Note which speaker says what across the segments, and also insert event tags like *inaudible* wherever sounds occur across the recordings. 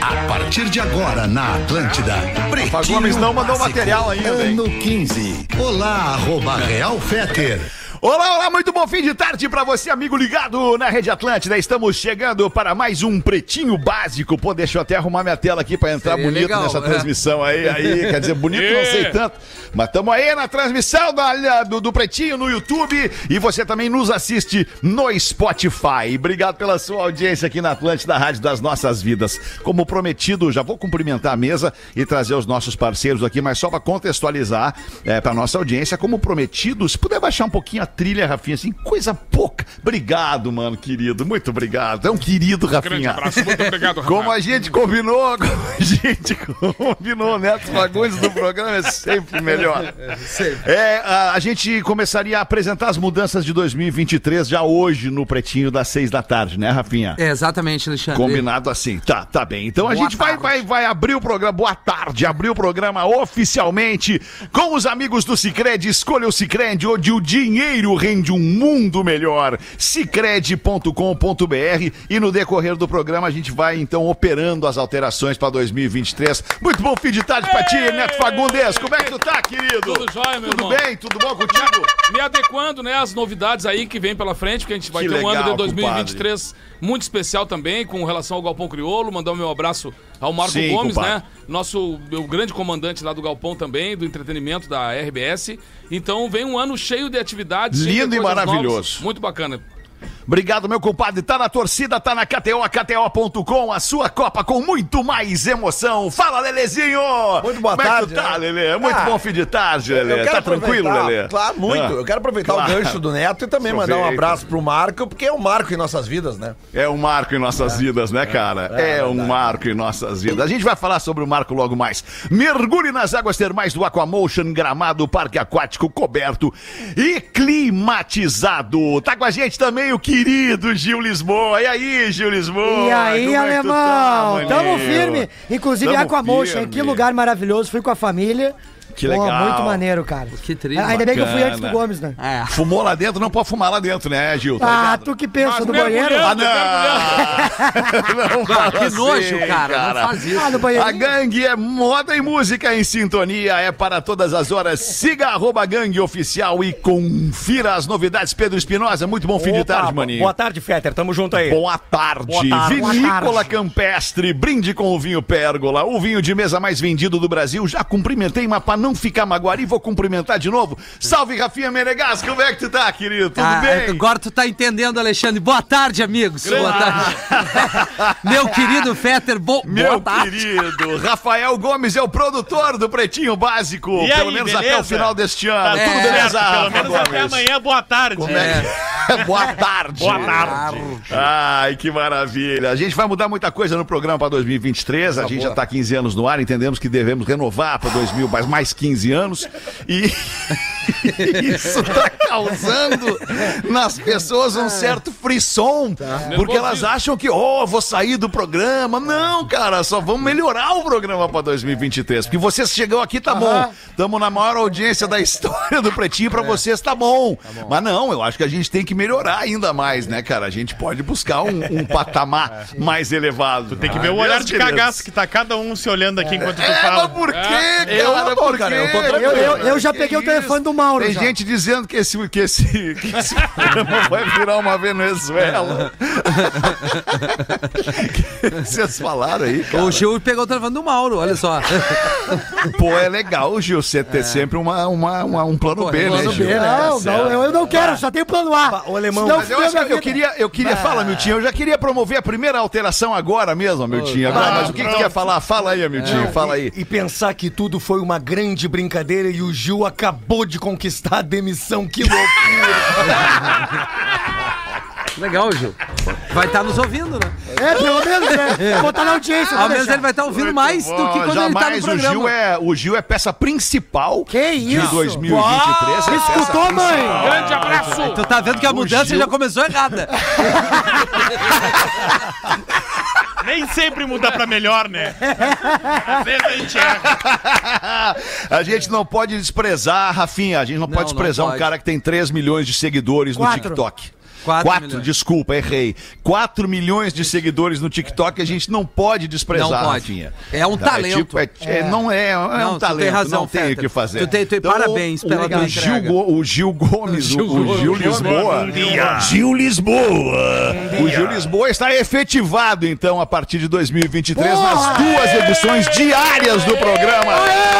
Speaker 1: A partir de agora na Atlântida,
Speaker 2: Apagou,
Speaker 1: Pretinho
Speaker 2: mas não mandou um
Speaker 1: Básico,
Speaker 2: material ainda, hein?
Speaker 1: Ano 15. Olá, arroba Real Feter.
Speaker 2: Olá, olá, muito bom fim de tarde pra você, amigo ligado na Rede Atlântida. Estamos chegando para mais um Pretinho Básico. Pô, deixa eu até arrumar minha tela aqui pra entrar
Speaker 3: Seria
Speaker 2: bonito
Speaker 3: legal,
Speaker 2: nessa
Speaker 3: né?
Speaker 2: transmissão aí, aí. Quer dizer, bonito não sei tanto. Mas estamos aí na transmissão da- do, do Pretinho no YouTube e você também nos assiste no Spotify. Obrigado pela sua audiência aqui na Atlântida Rádio das Nossas Vidas. Como prometido, já vou cumprimentar a mesa e trazer os nossos parceiros aqui, mas só para contextualizar para nossa audiência, como prometido, se puder baixar um pouquinho a trilha, Rafinha, assim, coisa pouca. Obrigado, mano, querido. Muito obrigado. É um querido, Rafinha.
Speaker 4: Grande abraço, muito obrigado, Rafa.
Speaker 2: Como a gente combinou, *laughs* como a gente combinou, né? Os bagulhos do programa é sempre melhor. É, a, a gente começaria a apresentar as mudanças de 2023 já hoje no Pretinho das seis da tarde, né, Rafinha?
Speaker 3: É, exatamente, Alexandre.
Speaker 2: Combinado assim. Tá, tá bem. Então a
Speaker 3: Boa
Speaker 2: gente vai,
Speaker 3: tarde.
Speaker 2: vai, vai abrir o programa. Boa tarde. Abrir o programa oficialmente com os amigos do Cicred. Escolha o Cicred, onde o dinheiro rende um mundo melhor. Cicred.com.br. E no decorrer do programa a gente vai então operando as alterações para 2023. Muito bom fim de tarde pra ti, Neto Fagundes. Como é que tu tá, querido?
Speaker 4: Tudo jóia, meu
Speaker 2: Tudo
Speaker 4: irmão.
Speaker 2: bem? Tudo bom contigo?
Speaker 4: Me adequando, né, às novidades aí que vem pela frente, porque a gente vai
Speaker 2: Que
Speaker 4: ter um ano
Speaker 2: legal,
Speaker 4: de 2023 muito especial também, com relação ao Galpão Crioulo. Mandar o meu abraço ao Marco
Speaker 2: Sim,
Speaker 4: Gomes,
Speaker 2: compadre.
Speaker 4: né? Nosso meu grande comandante lá do Galpão também, do entretenimento da RBS. Então vem um ano cheio de atividades. cheio de
Speaker 2: Lindo e
Speaker 4: coisas novas.
Speaker 2: maravilhoso.
Speaker 4: muito bacana.
Speaker 2: Obrigado, meu compadre. Tá na torcida, tá na KTO, KTO.com, a sua Copa com muito mais emoção. Fala, Lelezinho!
Speaker 5: Muito boa
Speaker 2: Como
Speaker 5: tarde,
Speaker 2: É que tu tá,
Speaker 5: né?
Speaker 2: Lelê? Muito
Speaker 5: Ah,
Speaker 2: bom fim de tarde, Lelê. Tá tranquilo,
Speaker 5: aproveitar-
Speaker 2: Lelê?
Speaker 5: Claro, muito.
Speaker 2: Ah,
Speaker 5: eu quero aproveitar
Speaker 2: claro.
Speaker 5: o gancho
Speaker 2: *laughs*
Speaker 5: do Neto e também mandar um
Speaker 2: Aproveita.
Speaker 5: abraço pro Marco, porque é um marco em nossas vidas, né?
Speaker 2: É um marco em nossas vidas, né, cara? É, um marco em nossas vidas. A gente vai falar sobre o marco logo mais. Mergulhe nas águas termais do Aquamotion, gramado, parque aquático coberto e climatizado. Tá com a gente também o querido Gil Lisboa. E aí, Gil Lisboa?
Speaker 6: E aí,
Speaker 2: Como é que tu
Speaker 6: alemão?
Speaker 2: tá, maninho?
Speaker 6: Tamo firme. Inclusive,
Speaker 2: Tamo
Speaker 6: Aquamotion,
Speaker 2: firme.
Speaker 6: que lugar maravilhoso. Fui com a família.
Speaker 2: Que legal.
Speaker 6: muito maneiro, cara. Ah,
Speaker 3: Que trilha.
Speaker 6: Ainda bem que eu fui
Speaker 2: Bacana.
Speaker 6: antes do Gomes, né?
Speaker 3: É.
Speaker 2: Fumou lá dentro, não pode fumar lá dentro, né, Gil? Tá
Speaker 6: Ah,
Speaker 2: ligado?
Speaker 6: tu que pensa
Speaker 4: Mas
Speaker 6: no
Speaker 4: mergulhando,
Speaker 6: banheiro?
Speaker 2: Ah, não! não
Speaker 3: Ah,
Speaker 2: fala
Speaker 3: que
Speaker 2: assim,
Speaker 3: nojo, cara. Não faz isso.
Speaker 6: Ah, no
Speaker 2: A
Speaker 6: banheiro.
Speaker 2: gangue é moda e música em sintonia, é para todas as horas. Siga arroba gangue oficial e confira as novidades. Pedro Espinosa, muito bom fim de
Speaker 7: Opa,
Speaker 2: tarde, maninho.
Speaker 7: Boa tarde, Fetter. Tamo junto aí.
Speaker 2: Boa tarde.
Speaker 7: Boa tarde.
Speaker 2: Vinícola
Speaker 6: Boa tarde.
Speaker 2: Campestre, brinde com o vinho Pérgola, o vinho de mesa mais vendido do Brasil. Já cumprimentei, mas pra não ficar maguari, vou cumprimentar de novo. Salve, Rafinha Menegas, como é que tu tá, querido? Tudo
Speaker 3: Ah,
Speaker 8: é,
Speaker 2: bem?
Speaker 3: Agora tu tá entendendo, Alexandre. Boa tarde, amigos. Boa
Speaker 2: *laughs*
Speaker 3: tarde. Meu querido Fetter, bo... boa
Speaker 2: Meu
Speaker 3: tarde.
Speaker 2: querido, Rafael Gomes é o produtor do Pretinho Básico, pelo
Speaker 7: aí,
Speaker 2: menos até
Speaker 7: beleza?
Speaker 2: o final deste ano.
Speaker 3: Tá
Speaker 2: Tudo
Speaker 3: tudo
Speaker 2: beleza,
Speaker 7: Pelo
Speaker 2: Rafa
Speaker 7: menos até
Speaker 2: Gomes?
Speaker 7: amanhã, boa tarde.
Speaker 2: É. *laughs* Boa tarde. Boa
Speaker 4: Ah,
Speaker 3: tarde.
Speaker 2: Ai, que maravilha. A gente vai mudar muita coisa no programa para 2023. A gente já tá 15 anos no ar, entendemos que devemos renovar para 2000, mas mais 15 anos. E isso tá causando nas pessoas um certo frisson,
Speaker 6: Tá.
Speaker 2: porque elas acham que, oh, vou sair do programa. Não, cara, só vamos melhorar o programa para 2023, porque vocês chegam aqui tá bom. Estamos na maior audiência da história do Pretinho
Speaker 6: É.
Speaker 2: para vocês tá bom. Mas não, eu acho que a gente tem que melhorar ainda mais, né, cara? A gente pode buscar um, um patamar
Speaker 6: É.
Speaker 2: mais elevado. Ah,
Speaker 7: Tem que ver o olhar de cagaço que tá cada um se olhando aqui enquanto tu
Speaker 2: É, mas
Speaker 7: fala. É.
Speaker 2: por quê, cara?
Speaker 5: Eu não tô, cara, eu tô
Speaker 2: Por quê?
Speaker 6: Eu, eu, eu já
Speaker 2: Que
Speaker 6: peguei o
Speaker 2: isso?
Speaker 6: telefone um do Mauro.
Speaker 2: Tem
Speaker 6: já.
Speaker 2: gente dizendo que esse, que esse, *laughs* que esse programa vai virar uma *laughs* Venezuela. Vocês falaram aí, cara.
Speaker 3: O Gil pegou o telefone do Mauro, olha
Speaker 8: *laughs*
Speaker 3: só.
Speaker 2: Pô, é legal, Gil, você ter sempre uma, uma, uma- um plano
Speaker 3: Pô,
Speaker 2: B,
Speaker 3: um
Speaker 2: né,
Speaker 3: plano
Speaker 2: Gil?
Speaker 3: B, né?
Speaker 6: Não, não, eu, eu não quero, só tenho plano A. O alemão,
Speaker 2: Tá. Mas eu acho que eu queria, eu queria, fala, Miltinho, eu já queria promover a primeira alteração agora mesmo, Miltinho, agora, mas o que que tu quer falar? Fala aí, Miltinho, fala aí.
Speaker 5: E pensar que tudo foi uma grande brincadeira e o Gil acabou de conquistar a demissão. Que louco.
Speaker 3: Legal, Gil.
Speaker 8: Vai estar nos ouvindo, né?
Speaker 9: É, pelo menos, né? Botar na audiência.
Speaker 8: Ao
Speaker 9: vou
Speaker 8: menos
Speaker 9: deixar.
Speaker 8: ele vai estar ouvindo mais do que quando ele tá no
Speaker 2: Jamais o Gil,
Speaker 8: programa.
Speaker 2: é, o Gil é peça principal
Speaker 9: Que
Speaker 2: de
Speaker 9: isso?
Speaker 2: 2023. é peça
Speaker 9: Escutou, mãe?
Speaker 4: Grande abraço!
Speaker 8: Tu tá vendo que a mudança já começou errada.
Speaker 7: Nem sempre muda pra melhor, né? Às vezes a gente erra.
Speaker 2: a gente não pode desprezar, Rafinha, a gente não, pode
Speaker 8: não
Speaker 2: desprezar
Speaker 8: pode.
Speaker 2: um cara que tem 3 milhões de seguidores
Speaker 9: Quatro.
Speaker 2: no TikTok.
Speaker 8: Quatro
Speaker 2: 4,
Speaker 8: milhões.
Speaker 2: desculpa, errei. 4 milhões de seguidores no TikTok, a gente não pode desprezar,
Speaker 8: Não pode.
Speaker 2: Rafinha.
Speaker 8: É um
Speaker 2: Tá,
Speaker 8: talento.
Speaker 2: tipo, é- é- não é, é
Speaker 8: Não,
Speaker 2: um
Speaker 8: tu
Speaker 2: talento,
Speaker 8: tem razão,
Speaker 2: não tem o
Speaker 8: Fetter.
Speaker 2: que fazer. Então,
Speaker 8: Tu tem- tu- parabéns
Speaker 2: o,
Speaker 8: pela
Speaker 2: o,
Speaker 8: tua
Speaker 2: Gil
Speaker 8: entrega.
Speaker 2: Go- o Gil Gomes, o, o Gil Lisboa. Gil Lisboa. O Gil Lisboa está efetivado, então, a partir de 2023, nas duas edições diárias do programa,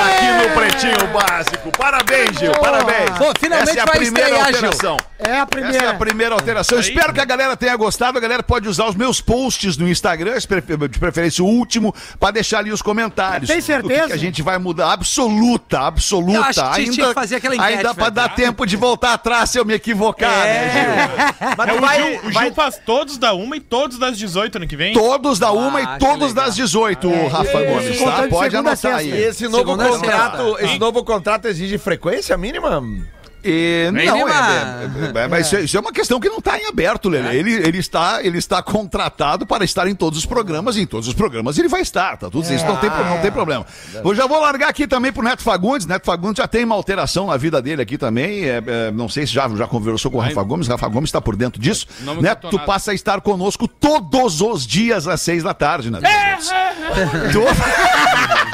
Speaker 2: aqui no Pretinho Básico. Parabéns, Gil, parabéns.
Speaker 8: Pô, finalmente
Speaker 2: Essa é a
Speaker 8: vai
Speaker 2: primeira
Speaker 8: estrear, Gil.
Speaker 2: alteração.
Speaker 9: É a
Speaker 2: Essa é a
Speaker 9: primeira.
Speaker 2: primeira alteração. Espero que
Speaker 8: né?
Speaker 2: a galera tenha gostado. A galera pode usar os meus posts no Instagram, de prefe- de preferência o último, pra deixar ali os comentários.
Speaker 9: Tem
Speaker 2: do que
Speaker 9: certeza?
Speaker 2: que a gente vai mudar. Absoluta, absoluta.
Speaker 8: Eu acho que tinha que
Speaker 2: ainda
Speaker 8: fazer aquela enquete,
Speaker 2: ainda pra
Speaker 8: velho.
Speaker 2: dar tempo de voltar atrás se eu me equivocar, né, Gil?
Speaker 7: É, o, Gil, o Gil faz todos da uma e todos das 18 ano que vem.
Speaker 2: Todos da uma
Speaker 8: Ah,
Speaker 2: e
Speaker 8: que
Speaker 2: todos
Speaker 8: legal. É.
Speaker 2: das 18, Rafa Gomes, tá?
Speaker 9: contando de
Speaker 2: Pode
Speaker 9: segunda a
Speaker 2: anotar
Speaker 9: sexta.
Speaker 2: aí.
Speaker 10: Esse novo
Speaker 8: Segunda é
Speaker 10: contrato,
Speaker 8: certa.
Speaker 10: esse novo contrato exige frequência mínima?
Speaker 2: E, não,
Speaker 8: Mínima.
Speaker 2: é, é, é, mas isso é- isso é uma questão que não está em aberto, Lele.
Speaker 4: É.
Speaker 2: Ele, ele, está, ele está contratado para estar em todos os programas, e em todos os programas ele vai estar, tá
Speaker 4: É.
Speaker 2: tudo isso, não tem, pro- não tem problema. Eu já vou largar aqui também pro Neto Fagundes. Neto Fagundes já tem uma alteração na vida dele aqui também. é, é, não sei se já, já conversou com o Rafa Gomes, Rafa Gomes está por dentro disso.
Speaker 4: Não me
Speaker 2: Neto,
Speaker 4: contou
Speaker 2: tu
Speaker 4: nada.
Speaker 2: passa a estar conosco todos os dias às seis da tarde, né? Neto.
Speaker 4: É.
Speaker 2: *laughs*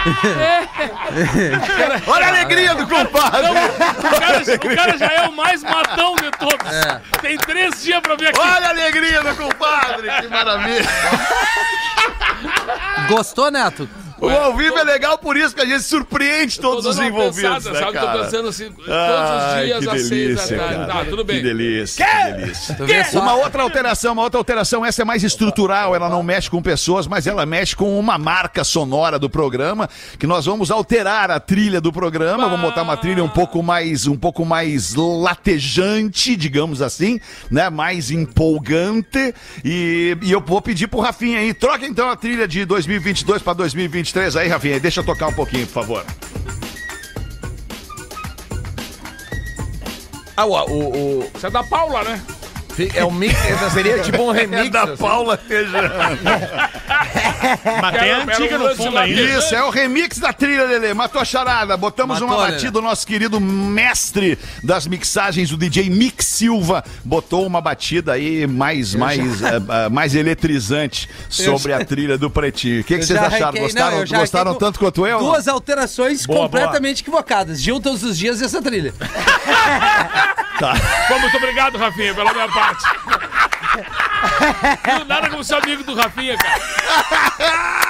Speaker 4: *laughs*
Speaker 2: To- Olha a alegria do compadre!
Speaker 4: O cara, o cara já é o mais matão de todos.
Speaker 2: *laughs*
Speaker 4: Tem três dias pra vir aqui.
Speaker 2: É. Olha a alegria do compadre, que maravilha.
Speaker 8: Gostou, Neto?
Speaker 2: O ao vivo é legal por isso que a gente surpreende todos
Speaker 4: Tô
Speaker 2: os
Speaker 4: dando uma
Speaker 2: envolvidos,
Speaker 4: pensada,
Speaker 2: né,
Speaker 4: sabe?
Speaker 2: cara?
Speaker 4: Tô pensando assim, todos
Speaker 2: Ai,
Speaker 4: os dias
Speaker 2: que
Speaker 4: às
Speaker 2: delícia,
Speaker 4: seis da tarde.
Speaker 2: cara.
Speaker 4: Tá, tudo bem.
Speaker 2: Que delícia, que delícia.
Speaker 8: Tu vê só?
Speaker 2: Uma outra alteração, uma outra alteração, essa é mais estrutural, ela não mexe com pessoas, mas ela mexe com uma marca sonora do programa, que nós vamos alterar a trilha do programa, vamos botar uma trilha um pouco mais, um pouco mais latejante, digamos assim, né, mais empolgante, e, e eu vou pedir pro Rafinha aí, troca então a trilha de 2022 para 2023 aí, Rafinha, deixa eu tocar um pouquinho, por favor.
Speaker 10: Ah, o, o, o-
Speaker 4: Isso é da Paula, né?
Speaker 10: é um mix, seria tipo *laughs* um remix. assim.
Speaker 2: É Paula Tejano.
Speaker 7: Mas tem a
Speaker 4: Era- era
Speaker 7: antiga
Speaker 4: um
Speaker 7: no
Speaker 4: lance
Speaker 7: fundo
Speaker 4: lá
Speaker 7: ainda.
Speaker 4: dentro.
Speaker 2: Isso, é o remix da trilha, Lele. Matou a charada. Botamos
Speaker 8: Matou,
Speaker 2: uma
Speaker 8: Lelê.
Speaker 2: batida do nosso querido mestre das mixagens, o DJ Mix Silva. Botou uma batida aí mais, mais, eh, eh, mais
Speaker 8: *laughs*
Speaker 2: eletrizante sobre a trilha do Pretinho. O que, que
Speaker 8: Eu
Speaker 2: vocês
Speaker 8: já
Speaker 2: acharam?
Speaker 8: arranquei-
Speaker 2: Gostaram,
Speaker 8: não, eu já
Speaker 2: gostaram
Speaker 8: arranquei
Speaker 2: tanto quanto eu?
Speaker 8: Duas alterações
Speaker 7: Boa,
Speaker 8: completamente equivocadas. Gil todos os dias e essa trilha.
Speaker 4: Pô, muito obrigado, Rafinha, pela minha parte. Não, nada como ser amigo do Rafinha, cara.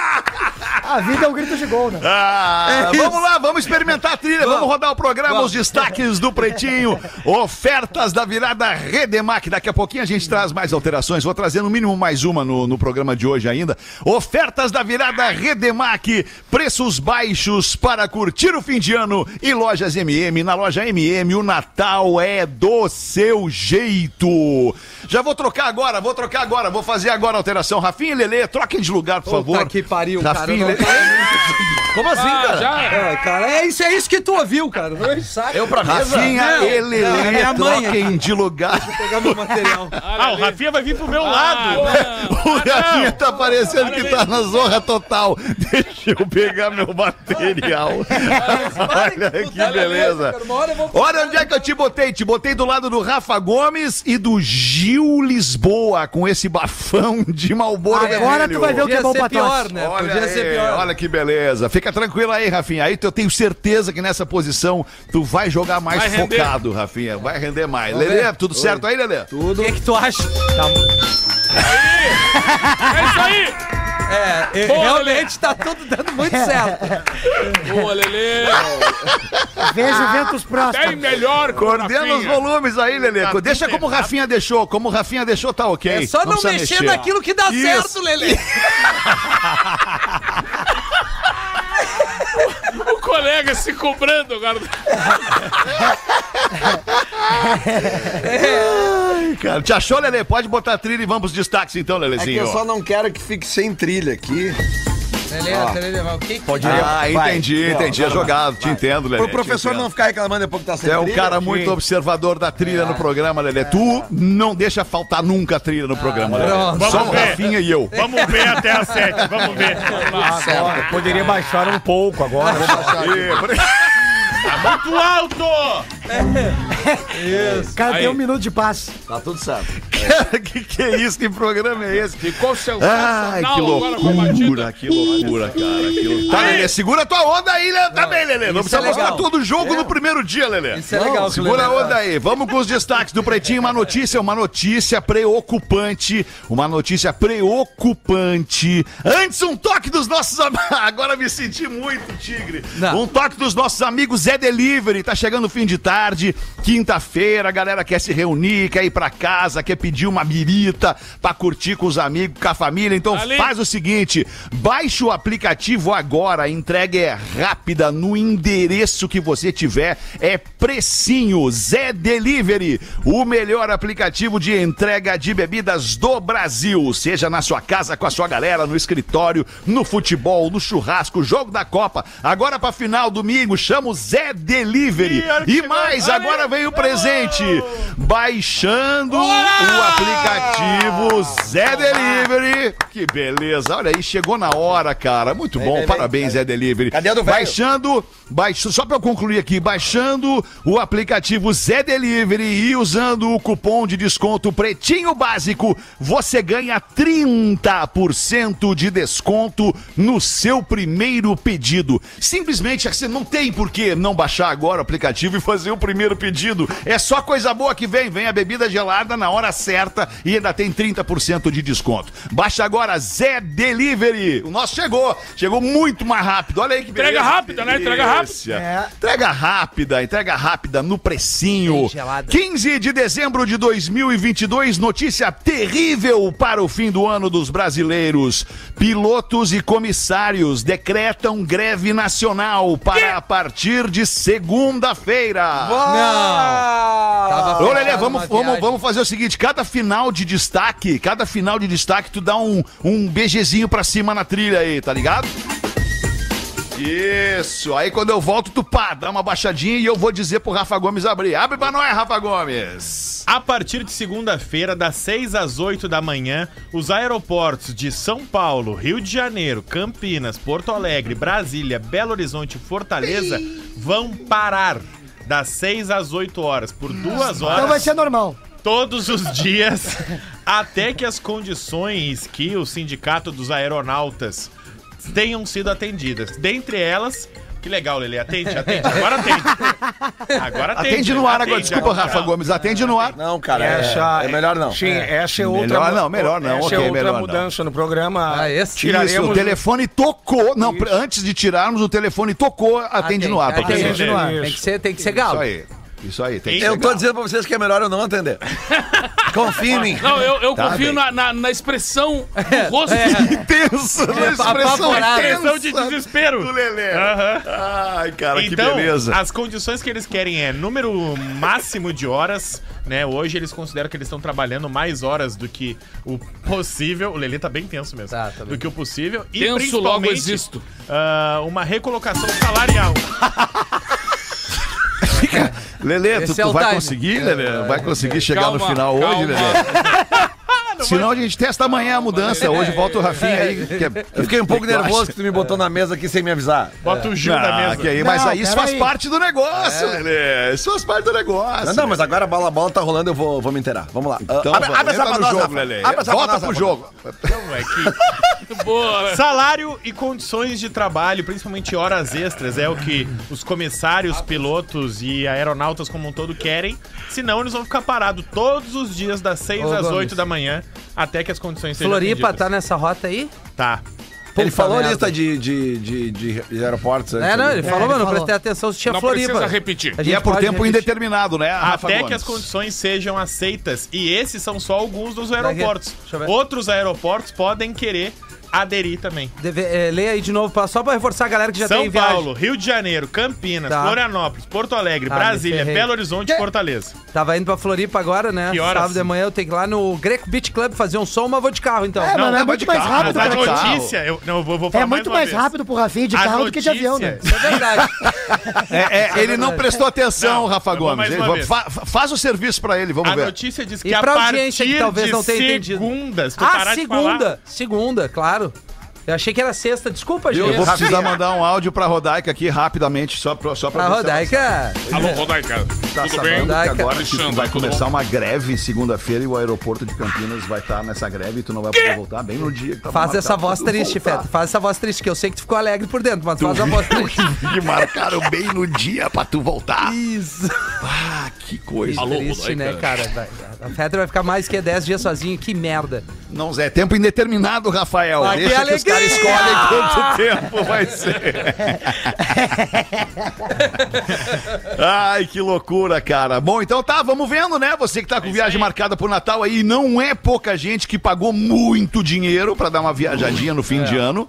Speaker 9: A vida é um grito de gol, né?
Speaker 2: Ah,
Speaker 8: É isso.
Speaker 2: vamos lá, vamos experimentar a trilha, vamos, rodar o programa, os destaques do Pretinho,
Speaker 8: *laughs*
Speaker 2: ofertas da virada Redemac. Daqui a pouquinho a gente traz mais alterações, vou trazer no mínimo mais uma no, no programa de hoje ainda. Ofertas da virada Redemac, preços baixos para curtir o fim de ano e lojas MM. Na loja MM, o Natal é do seu jeito. Já vou trocar agora, vou trocar agora, vou fazer agora a alteração. Rafinha e Lelê, troquem de lugar, por favor.
Speaker 8: Puta que pariu, cara. eu
Speaker 2: Rafinha e
Speaker 8: não-
Speaker 2: Lelê.
Speaker 10: Como assim,
Speaker 4: Ah,
Speaker 10: cara?
Speaker 2: *laughs*
Speaker 4: já.
Speaker 8: É, cara, é isso, é isso que tu ouviu, cara. Não saco.
Speaker 10: Eu pra mesa?
Speaker 2: Rafinha
Speaker 8: Não,
Speaker 2: e Lelê
Speaker 8: não, é minha mãe
Speaker 2: troquem de lugar.
Speaker 8: pegar meu material.
Speaker 7: Ah, o Rafinha vai vir pro meu lado.
Speaker 2: *laughs* O Rafinha tá parecendo que tá na zorra total. *laughs* Deixa eu pegar meu material. Olha que beleza. Olha onde é que eu te botei. Te botei do lado do Rafa Gomes e do Gil Lisboa com esse bafão de Malboro
Speaker 9: Agora tu vai ver o que é bom
Speaker 8: Podia ser
Speaker 9: pra
Speaker 8: pior,
Speaker 9: tosse.
Speaker 8: né?
Speaker 2: Olha,
Speaker 8: Podia
Speaker 2: aí,
Speaker 8: ser pior.
Speaker 2: olha que beleza. Fica tranquilo aí, Rafinha. Aí eu tenho certeza que nessa posição tu vai jogar mais
Speaker 4: Vai render.
Speaker 2: focado, Rafinha. Vai render mais. Lelê, tudo certo aí, Lelê?
Speaker 8: O que, é que tu acha?
Speaker 4: É isso aí.
Speaker 8: É,
Speaker 4: Boa,
Speaker 8: realmente tá tudo dando muito certo.
Speaker 4: Boa, Lelê.
Speaker 9: Veja o ventos
Speaker 4: Tem
Speaker 9: próximos.
Speaker 4: melhor que o
Speaker 2: Coordena os
Speaker 4: Rafinha.
Speaker 2: volumes aí, Lelê. Deixa como o Rafinha deixou. Como o Rafinha deixou, tá ok.
Speaker 8: É só não,
Speaker 2: precisa
Speaker 8: mexer, naquilo que dá
Speaker 2: Isso.
Speaker 8: certo, Lelê.
Speaker 4: O colega se cobrando agora.
Speaker 2: Ai, cara, te achou, Lelê? Pode botar a trilha e vamos pros destaques então,
Speaker 10: É que
Speaker 2: Lelezinho.
Speaker 10: *laughs* eu
Speaker 2: ó.
Speaker 10: só não quero que fique sem trilha aqui.
Speaker 3: Beleza, beleza. O que que
Speaker 10: Pode
Speaker 2: Ah, entendi, entendi. É jogado, te entendo, Lelê.
Speaker 10: Pro professor
Speaker 2: te
Speaker 10: não ficar reclamando depois que tá
Speaker 2: entendo. Tu
Speaker 10: sem
Speaker 2: é um
Speaker 10: trilha,
Speaker 2: cara muito
Speaker 10: sim.
Speaker 2: observador da trilha no programa, Lelê. Tu não deixa faltar nunca a trilha no programa, Lelê.
Speaker 7: Vamos
Speaker 2: Só o
Speaker 7: ver.
Speaker 2: Rafinha e eu.
Speaker 4: é.
Speaker 7: Vamos ver até as sete, vamos ver.
Speaker 6: Agora, poderia baixar um pouco agora. Vou baixar
Speaker 7: Tá muito alto!
Speaker 6: Isso. Cara, tem
Speaker 7: Aí.
Speaker 6: um minuto de paz.
Speaker 10: Tá tudo certo.
Speaker 2: Cara, *laughs* que que é isso? Que programa é esse?
Speaker 4: Ficou sensacional
Speaker 2: Ai, que
Speaker 4: agora com a batida.
Speaker 2: loucura, que loucura, cara. Que loucura. Tá, Lelê, segura tua onda aí, Lelê. Também, Lelê. Não
Speaker 3: isso é
Speaker 2: precisa mostrar
Speaker 3: legal.
Speaker 2: todo o jogo no primeiro dia, Lelê.
Speaker 3: Isso é legal, que o
Speaker 2: Segura a
Speaker 3: Lelê
Speaker 2: onda aí. Vamos com os destaques do Pretinho. Uma notícia, uma notícia preocupante. Uma notícia preocupante. Antes, um toque dos nossos... am- *laughs* Agora me senti muito, Tigre.
Speaker 3: Não.
Speaker 2: Um toque dos nossos amigos Zé Delivery. Tá chegando o fim de tarde, quinta-feira. A galera quer se reunir, quer ir pra casa, quer pedir uma birita pra curtir com os amigos, com a família. Então
Speaker 3: Tá
Speaker 4: Ali.
Speaker 2: faz o seguinte, baixe o aplicativo agora. A entrega é rápida no endereço que você tiver. É precinho Zé Delivery, o melhor aplicativo de entrega de bebidas do Brasil. Seja na sua casa, com a sua galera, no escritório, no futebol, no churrasco, jogo da Copa. Agora pra final domingo, chama o Zé Delivery.
Speaker 7: Ih, olha que
Speaker 2: E
Speaker 7: chegou.
Speaker 2: mais,
Speaker 7: Olha
Speaker 2: agora
Speaker 7: aí.
Speaker 2: vem o presente. Baixando o aplicativo Zé Delivery. Que beleza. Olha aí, chegou na hora, cara. Muito bom.
Speaker 10: vem, vem.
Speaker 2: Parabéns, Zé Delivery.
Speaker 10: Cadê a do velho?
Speaker 2: Baixando, baixo, só pra eu concluir aqui, baixando o aplicativo Zé Delivery e usando o cupom de desconto Pretinho Básico, você ganha 30% de desconto no seu primeiro pedido. Simplesmente é você não tem por que não baixar agora o aplicativo e fazer o primeiro pedido. É só coisa boa que vem, vem a bebida gelada na hora certa e ainda tem 30% de desconto. Baixa agora Zé Delivery. O nosso chegou, chegou muito mais rápido. Olha aí que
Speaker 4: Entrega
Speaker 2: beleza.
Speaker 4: rápida, né? Entrega rápida.
Speaker 2: Delícia.
Speaker 6: É.
Speaker 2: Entrega rápida, entrega rápida no precinho.
Speaker 3: Bem gelada.
Speaker 2: 15 de dezembro de 2022, notícia terrível para o fim do ano dos brasileiros. Pilotos e comissários decretam greve nacional para a partir de segunda-feira. Ah,
Speaker 3: Não. Tava
Speaker 2: Ô, Lelê,
Speaker 3: fazendo
Speaker 2: vamos,
Speaker 3: uma
Speaker 2: vamos,
Speaker 3: viagem.
Speaker 2: vamos fazer o seguinte: cada final de destaque, cada final de destaque, tu dá um, um beijezinho pra cima na trilha aí, tá ligado? Isso, aí quando eu volto, tu pá, dá uma baixadinha e eu vou dizer pro Rafa Gomes abrir. Abre pra nós, Rafa Gomes!
Speaker 7: A partir de segunda-feira, das 6 às 8 da manhã, os aeroportos de São Paulo, Rio de Janeiro, Campinas, Porto Alegre, Brasília, Belo Horizonte e Fortaleza vão parar das 6 às 8 horas por duas
Speaker 6: Então vai
Speaker 7: horas
Speaker 6: ser normal.
Speaker 7: todos os dias até que as condições que o sindicato dos aeronautas tenham sido atendidas. Dentre elas, que legal, Lele, atende, atende,
Speaker 2: *laughs*
Speaker 7: agora atende. Agora atende.
Speaker 2: Atende no ar agora,
Speaker 7: atende,
Speaker 2: desculpa,
Speaker 7: agora.
Speaker 2: Rafa Gomes, atende no ar.
Speaker 10: Não, cara, é,
Speaker 11: Essa
Speaker 10: é melhor não.
Speaker 11: Sim, essa é outra.
Speaker 2: Melhor
Speaker 11: mu-
Speaker 2: não, melhor não,
Speaker 11: Essa
Speaker 2: ok,
Speaker 11: é outra
Speaker 2: melhor não.
Speaker 11: mudança no programa.
Speaker 3: Ah,
Speaker 8: é
Speaker 3: esse?
Speaker 2: Isso, o
Speaker 11: Tiraremos.
Speaker 2: telefone tocou. Não, pre- antes de tirarmos, o telefone tocou, atende no ar. pra
Speaker 3: Atende,
Speaker 2: quem-
Speaker 3: atende no ar. Tem que ser, tem que ser galo.
Speaker 2: Isso aí, isso aí. Tem que
Speaker 10: Eu
Speaker 2: ser
Speaker 10: tô dizendo pra vocês que é melhor eu não atender. Confia em mim.
Speaker 4: Não, eu, eu
Speaker 2: Tá
Speaker 4: confio
Speaker 2: bem.
Speaker 4: na, na, na expressão do rosto.
Speaker 2: tenso, né?
Speaker 3: É,
Speaker 2: expressão
Speaker 3: apavorado.
Speaker 7: Expressão
Speaker 2: tensa
Speaker 7: de desespero.
Speaker 2: do Lelê.
Speaker 7: Aham.
Speaker 2: Ai, cara,
Speaker 7: Então,
Speaker 2: que beleza.
Speaker 7: as condições que eles querem é número máximo de horas, né? Hoje eles consideram que eles estão trabalhando mais horas do que o possível. O Lelê tá bem tenso mesmo.
Speaker 3: Tá, tá bem.
Speaker 7: do que o possível. E
Speaker 4: Tenso, logo
Speaker 7: principalmente,
Speaker 4: existo.
Speaker 7: ah, uma recolocação salarial.
Speaker 2: Lelê, tu,
Speaker 3: Esse é
Speaker 2: tu
Speaker 3: o
Speaker 2: vai
Speaker 3: time.
Speaker 2: conseguir, Lelê? Vai conseguir chegar no
Speaker 4: Calma,
Speaker 2: final hoje,
Speaker 4: calma.
Speaker 3: *laughs*
Speaker 2: Lelê? Senão a gente testa amanhã a mudança. Hoje volta o Rafinha aí. que é-
Speaker 10: *laughs* Eu fiquei um pouco
Speaker 2: que tu acha?
Speaker 10: nervoso que tu me botou na mesa aqui sem me avisar.
Speaker 7: Bota
Speaker 3: É.
Speaker 7: o Gil da
Speaker 2: Ah,
Speaker 7: mesa.
Speaker 2: que aí, mas
Speaker 6: Não,
Speaker 2: aí isso
Speaker 6: pera
Speaker 2: faz
Speaker 6: aí.
Speaker 2: parte do negócio, Lelê. Isso faz parte do negócio.
Speaker 10: Não, não, mas agora a bola a bola tá rolando, eu vou, vou me inteirar. Vamos lá. Ah,
Speaker 2: Então,
Speaker 10: abre, abre essa
Speaker 2: entra
Speaker 10: pra
Speaker 2: no
Speaker 10: nós,
Speaker 2: jogo,
Speaker 10: Rafa.
Speaker 2: Lelê.
Speaker 10: Abre essa pra
Speaker 2: Volta
Speaker 10: nós,
Speaker 2: pro
Speaker 10: Rafa.
Speaker 2: jogo.
Speaker 7: Não, é que
Speaker 4: Boa.
Speaker 7: Salário e condições de trabalho, principalmente horas extras, é o que os comissários, pilotos e aeronautas como um todo querem. Senão eles vão ficar parados todos os dias das 6
Speaker 3: Ô,
Speaker 7: às
Speaker 3: Gomes.
Speaker 7: 8 da manhã até que as condições sejam
Speaker 3: Floripa tá
Speaker 7: atendidas.
Speaker 3: nessa rota aí?
Speaker 7: Tá.
Speaker 3: Puta
Speaker 10: Ele falou a
Speaker 3: merda.
Speaker 10: lista de, de, de, de- de aeroportos. né? antes
Speaker 3: É, não,
Speaker 10: ali.
Speaker 3: ele falou,
Speaker 6: ele
Speaker 3: mano,
Speaker 6: falou.
Speaker 3: prestei atenção se tinha
Speaker 4: Não
Speaker 3: Floripa.
Speaker 4: precisa repetir.
Speaker 3: A
Speaker 2: E
Speaker 3: gente
Speaker 2: é por
Speaker 3: pode
Speaker 2: tempo
Speaker 3: repetir.
Speaker 2: indeterminado, né, Rafa
Speaker 7: Até que
Speaker 2: Gomes?
Speaker 7: as condições sejam aceitas. E esses são só alguns dos aeroportos.
Speaker 3: Deixa eu ver.
Speaker 7: Outros aeroportos podem querer aderir também.
Speaker 8: Deve, é, leia aí de novo, pra- só pra reforçar a galera que já tem
Speaker 7: São
Speaker 8: viagem.
Speaker 7: Paulo, Rio de Janeiro, Campinas,
Speaker 8: Tá.
Speaker 7: Florianópolis, Porto Alegre,
Speaker 8: Tá, me
Speaker 7: Brasília,
Speaker 8: ferrei.
Speaker 7: Belo Horizonte e Fortaleza.
Speaker 8: Tava indo pra Floripa agora, né?
Speaker 7: Que horas?
Speaker 8: Sábado de manhã eu tenho que ir lá no Greco Beach Club fazer um som, mas vou de carro então.
Speaker 9: É, mas é muito mais rápido
Speaker 7: Mas a
Speaker 9: pra ti.
Speaker 7: notícia, eu, não, eu vou, vou falar
Speaker 9: É muito
Speaker 7: uma
Speaker 9: mais
Speaker 7: vez.
Speaker 9: rápido pro Rafinha de
Speaker 7: A
Speaker 9: carro do que de avião, né?
Speaker 7: notícia-
Speaker 8: É
Speaker 7: *laughs*
Speaker 8: verdade.
Speaker 2: É, é, ele não
Speaker 7: verdade.
Speaker 2: prestou atenção,
Speaker 7: Não,
Speaker 2: Rafa
Speaker 7: eu vou
Speaker 2: Gomes.
Speaker 7: mais
Speaker 2: Ele-
Speaker 7: uma
Speaker 2: va-
Speaker 7: vez. Ah,
Speaker 2: fa- fa- faz o serviço pra ele, vamos
Speaker 7: A
Speaker 2: ver.
Speaker 7: notícia diz
Speaker 8: E pra audiência que talvez não tenha entendido. Ah, segunda. Segunda, claro. Eu achei que era sexta. Desculpa,
Speaker 2: Eu
Speaker 8: gente.
Speaker 2: vou precisar mandar um áudio pra Rodaica aqui rapidamente, só pra, só pra
Speaker 8: Pra
Speaker 2: ver se ela
Speaker 8: Ah, Rodaica.
Speaker 4: Alô, Rodaica.
Speaker 2: Tá
Speaker 4: Tudo
Speaker 2: sabendo
Speaker 4: bem?
Speaker 2: que agora que
Speaker 4: Alexandre,
Speaker 2: vai
Speaker 4: tudo
Speaker 2: começar
Speaker 4: bom?
Speaker 2: uma greve segunda-feira e o aeroporto de Campinas vai estar nessa greve e tu não vai poder voltar bem no dia que tava
Speaker 8: Faz
Speaker 2: marcado
Speaker 8: essa
Speaker 2: pra
Speaker 8: voz
Speaker 2: tu
Speaker 8: triste,
Speaker 2: voltar.
Speaker 8: Feta. Faz essa voz triste, que eu sei que tu ficou alegre por dentro, mas faz a voz
Speaker 2: *laughs*
Speaker 8: triste.
Speaker 2: E marcaram bem no dia pra tu voltar.
Speaker 8: Isso.
Speaker 2: Ah, que coisa.
Speaker 8: Alô, triste, né, cara? Vai- A Feta vai ficar mais que 10 dias sozinho, que merda.
Speaker 2: Não, Zé, é tempo indeterminado, Rafael.
Speaker 8: Ah, que
Speaker 2: Deixa que os
Speaker 8: alegria!
Speaker 2: caras escolhem quanto tempo vai ser.
Speaker 8: *laughs*
Speaker 2: Ai, que loucura, cara. Bom, então tá, vamos vendo, né? Você que tá
Speaker 8: É
Speaker 2: com viagem marcada pro Natal aí, não é pouca gente que pagou muito dinheiro pra dar uma viajadinha no fim de
Speaker 8: É.
Speaker 2: ano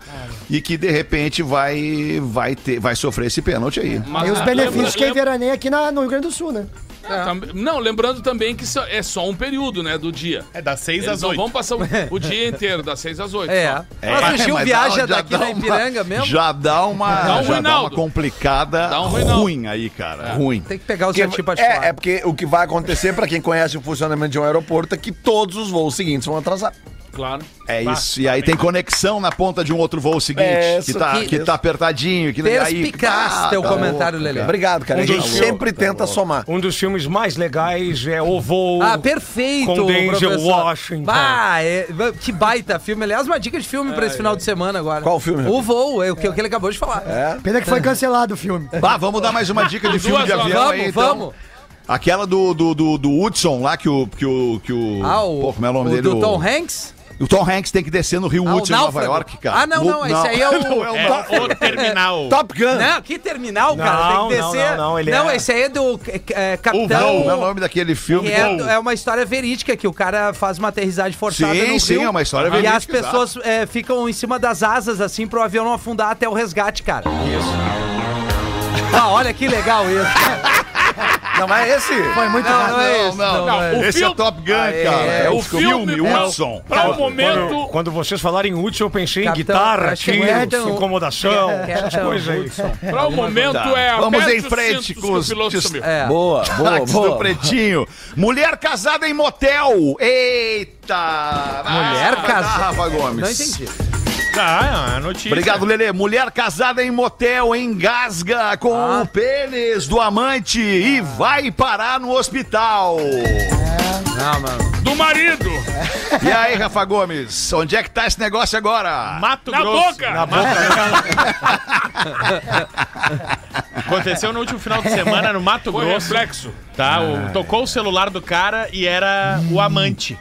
Speaker 2: e que de repente vai vai ter vai sofrer esse pênalti aí.
Speaker 4: Mas- ah,
Speaker 9: E os benefícios
Speaker 4: lembra-
Speaker 9: que veraneia aqui na- no Rio Grande do Sul, né?
Speaker 4: É, tam- Não, lembrando também que só- é só um período, né, do dia.
Speaker 7: É das 6
Speaker 4: Eles
Speaker 7: às
Speaker 4: não
Speaker 7: 8.
Speaker 4: vão passar o, o dia inteiro, das 6 às 8.
Speaker 8: É.
Speaker 2: É,
Speaker 8: Mas o Gil
Speaker 2: mas
Speaker 8: viaja
Speaker 2: dá- já
Speaker 8: daqui
Speaker 2: dá
Speaker 8: da
Speaker 2: uma-
Speaker 8: Ipiranga mesmo?
Speaker 2: Já dá uma,
Speaker 4: Dá um
Speaker 2: já dá uma
Speaker 4: Reinaldo.
Speaker 2: complicada
Speaker 4: Dá um Reinaldo.
Speaker 2: ruim aí, cara. Ruim.
Speaker 8: É. Tem que pegar o
Speaker 10: Porque-
Speaker 8: seu tipo de
Speaker 10: é, é porque o que vai acontecer, pra quem conhece o funcionamento de um aeroporto, é que todos os voos seguintes vão atrasar.
Speaker 4: Claro.
Speaker 2: É isso. E aí tem conexão na ponta de um outro voo seguinte,
Speaker 10: É,
Speaker 2: que,
Speaker 10: isso
Speaker 2: tá,
Speaker 8: aqui.
Speaker 2: que tá apertadinho. Que aí, tá,
Speaker 8: Perspicaz teu comentário, Lelê.
Speaker 10: Obrigado, cara.
Speaker 12: Um
Speaker 10: a gente
Speaker 12: dos-
Speaker 10: sempre tenta somar.
Speaker 12: Um dos filmes mais legais é O Voo.
Speaker 8: Ah, perfeito,
Speaker 12: Com Denzel
Speaker 8: professor.
Speaker 12: Washington.
Speaker 8: Bah, é- que baita filme. Aliás, uma dica de filme pra esse final de semana agora.
Speaker 10: Qual filme?
Speaker 8: O Voo, é o que, o que ele acabou de falar.
Speaker 9: Pena que foi cancelado o filme.
Speaker 2: Bah, vamos dar mais uma dica
Speaker 8: *laughs*
Speaker 2: de filme
Speaker 4: Duas
Speaker 2: de
Speaker 4: horas.
Speaker 2: avião
Speaker 8: Vamos,
Speaker 2: aí, então.
Speaker 8: vamos.
Speaker 2: Aquela do, do, do, do Hudson lá, que o. Que o, que o
Speaker 8: Ah, o,
Speaker 2: pô, como é o nome dele?
Speaker 8: do
Speaker 2: O-
Speaker 8: Tom Hanks?
Speaker 2: O Tom Hanks tem que descer no Rio
Speaker 8: Ah, o
Speaker 2: Hudson, em Nova
Speaker 8: Náufrago.
Speaker 2: York, cara.
Speaker 8: Ah, não, não, esse aí é o-
Speaker 2: *laughs* Não, é o
Speaker 7: É,
Speaker 2: Náufrago.
Speaker 7: o terminal.
Speaker 10: Top Gun.
Speaker 8: Não, que terminal, cara. Tem
Speaker 12: Não,
Speaker 8: que
Speaker 12: não,
Speaker 8: descer.
Speaker 12: não, não, ele é-
Speaker 8: esse aí é do é, é, Capitão.
Speaker 2: Como é o nome daquele filme?
Speaker 8: que
Speaker 2: que-
Speaker 8: é, é uma história verídica que o cara faz uma aterrissagem forçada.
Speaker 2: Sim,
Speaker 8: no
Speaker 2: sim,
Speaker 8: rio,
Speaker 2: é uma história
Speaker 8: E
Speaker 2: verídica,
Speaker 8: as pessoas é, ficam em cima das asas, assim, pro avião não afundar até o resgate, cara. Isso. Ah, olha que legal isso. cara.
Speaker 2: *laughs*
Speaker 10: Não é esse?
Speaker 9: Foi muito
Speaker 8: Não,
Speaker 9: rápido.
Speaker 8: não é isso. Não, não é.
Speaker 4: o
Speaker 2: Esse é
Speaker 4: filme-
Speaker 2: Top Gun,
Speaker 8: Ah, é,
Speaker 2: cara.
Speaker 8: é,
Speaker 2: É, o
Speaker 4: o
Speaker 2: filme,
Speaker 4: filme, é o-
Speaker 2: Hudson.
Speaker 4: Pra o
Speaker 12: Quando,
Speaker 4: momento.
Speaker 12: quando vocês falarem útil, eu pensei em
Speaker 8: Capitão,
Speaker 12: guitarra,
Speaker 8: acho que
Speaker 12: tiro,
Speaker 8: Capitão- É,
Speaker 12: incomodação, essas
Speaker 8: Capitão
Speaker 12: coisas aí.
Speaker 4: Pra o momento
Speaker 2: Tá.
Speaker 4: é.
Speaker 2: Vamos
Speaker 4: aperte
Speaker 2: em
Speaker 4: os
Speaker 2: frente
Speaker 4: cintos
Speaker 2: com
Speaker 4: que o
Speaker 2: os-
Speaker 4: piloto
Speaker 2: os-
Speaker 4: sumiu.
Speaker 10: *laughs*
Speaker 8: É.
Speaker 10: Boa, boa,
Speaker 2: Táxi do
Speaker 10: boa.
Speaker 2: Pretinho. Mulher casada em motel. Eita!
Speaker 8: Mulher
Speaker 2: Ah,
Speaker 8: casada-
Speaker 2: Rafa Gomes.
Speaker 8: Não entendi.
Speaker 7: Ah, é a notícia.
Speaker 2: Obrigado, Lelê. Mulher casada em motel engasga com
Speaker 8: Ah.
Speaker 2: o pênis do amante e vai parar no hospital.
Speaker 8: Não, mano.
Speaker 4: Do marido.
Speaker 2: E aí, Rafa Gomes, onde é que tá esse negócio agora?
Speaker 7: Mato
Speaker 4: Na
Speaker 7: Grosso.
Speaker 4: boca.
Speaker 7: Na boca. Aconteceu no último final de semana no Mato
Speaker 4: Foi
Speaker 7: Grosso.
Speaker 4: reflexo.
Speaker 7: Tá, o- tocou o celular do cara e era o amante.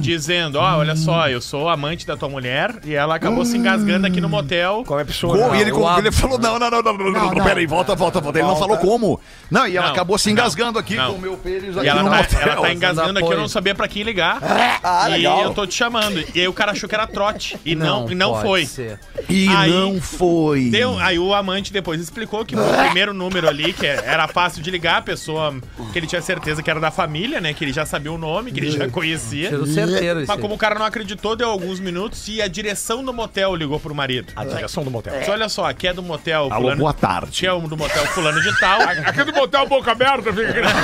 Speaker 7: Dizendo, ó, olha só, eu sou o amante da tua mulher e ela acabou se engasgando aqui no motel.
Speaker 12: Qual é a pessoa?
Speaker 2: Como? E ele,
Speaker 8: o
Speaker 2: como-
Speaker 8: am-
Speaker 2: ele falou: não, não, não, não, não, não,
Speaker 9: não.
Speaker 2: peraí, volta, volta, volta. Ele não falou como. Não, e ela
Speaker 7: Não,
Speaker 2: acabou se engasgando aqui
Speaker 7: não.
Speaker 2: com o meu pênis
Speaker 7: E
Speaker 2: aqui
Speaker 7: ela
Speaker 2: no
Speaker 7: tá,
Speaker 2: motel.
Speaker 7: ela tá engasgando aqui,
Speaker 8: é?
Speaker 7: eu
Speaker 8: apoio.
Speaker 7: não sabia pra quem ligar.
Speaker 10: Ah,
Speaker 7: e
Speaker 10: legal.
Speaker 7: eu tô te chamando. E aí o cara achou que era trote. E não, e não
Speaker 8: pode
Speaker 7: foi.
Speaker 8: ser.
Speaker 2: E
Speaker 7: Aí-
Speaker 2: não foi.
Speaker 7: Deu- aí o amante depois explicou que o primeiro número ali, que era fácil de ligar, a pessoa que ele tinha certeza que era da família, né? Que ele já sabia o nome, que ele já conhecia.
Speaker 8: Tiro certeiro isso.
Speaker 7: Mas como o cara não acreditou, deu alguns minutos e a direção do motel ligou pro marido.
Speaker 12: A direção do motel.
Speaker 7: Mas olha só, aqui é do motel
Speaker 2: Alô,
Speaker 7: fulano.
Speaker 2: boa tarde.
Speaker 7: Que é um do motel fulano
Speaker 12: *laughs*
Speaker 7: de tal.
Speaker 4: Aqui do motel boca aberta fica grande.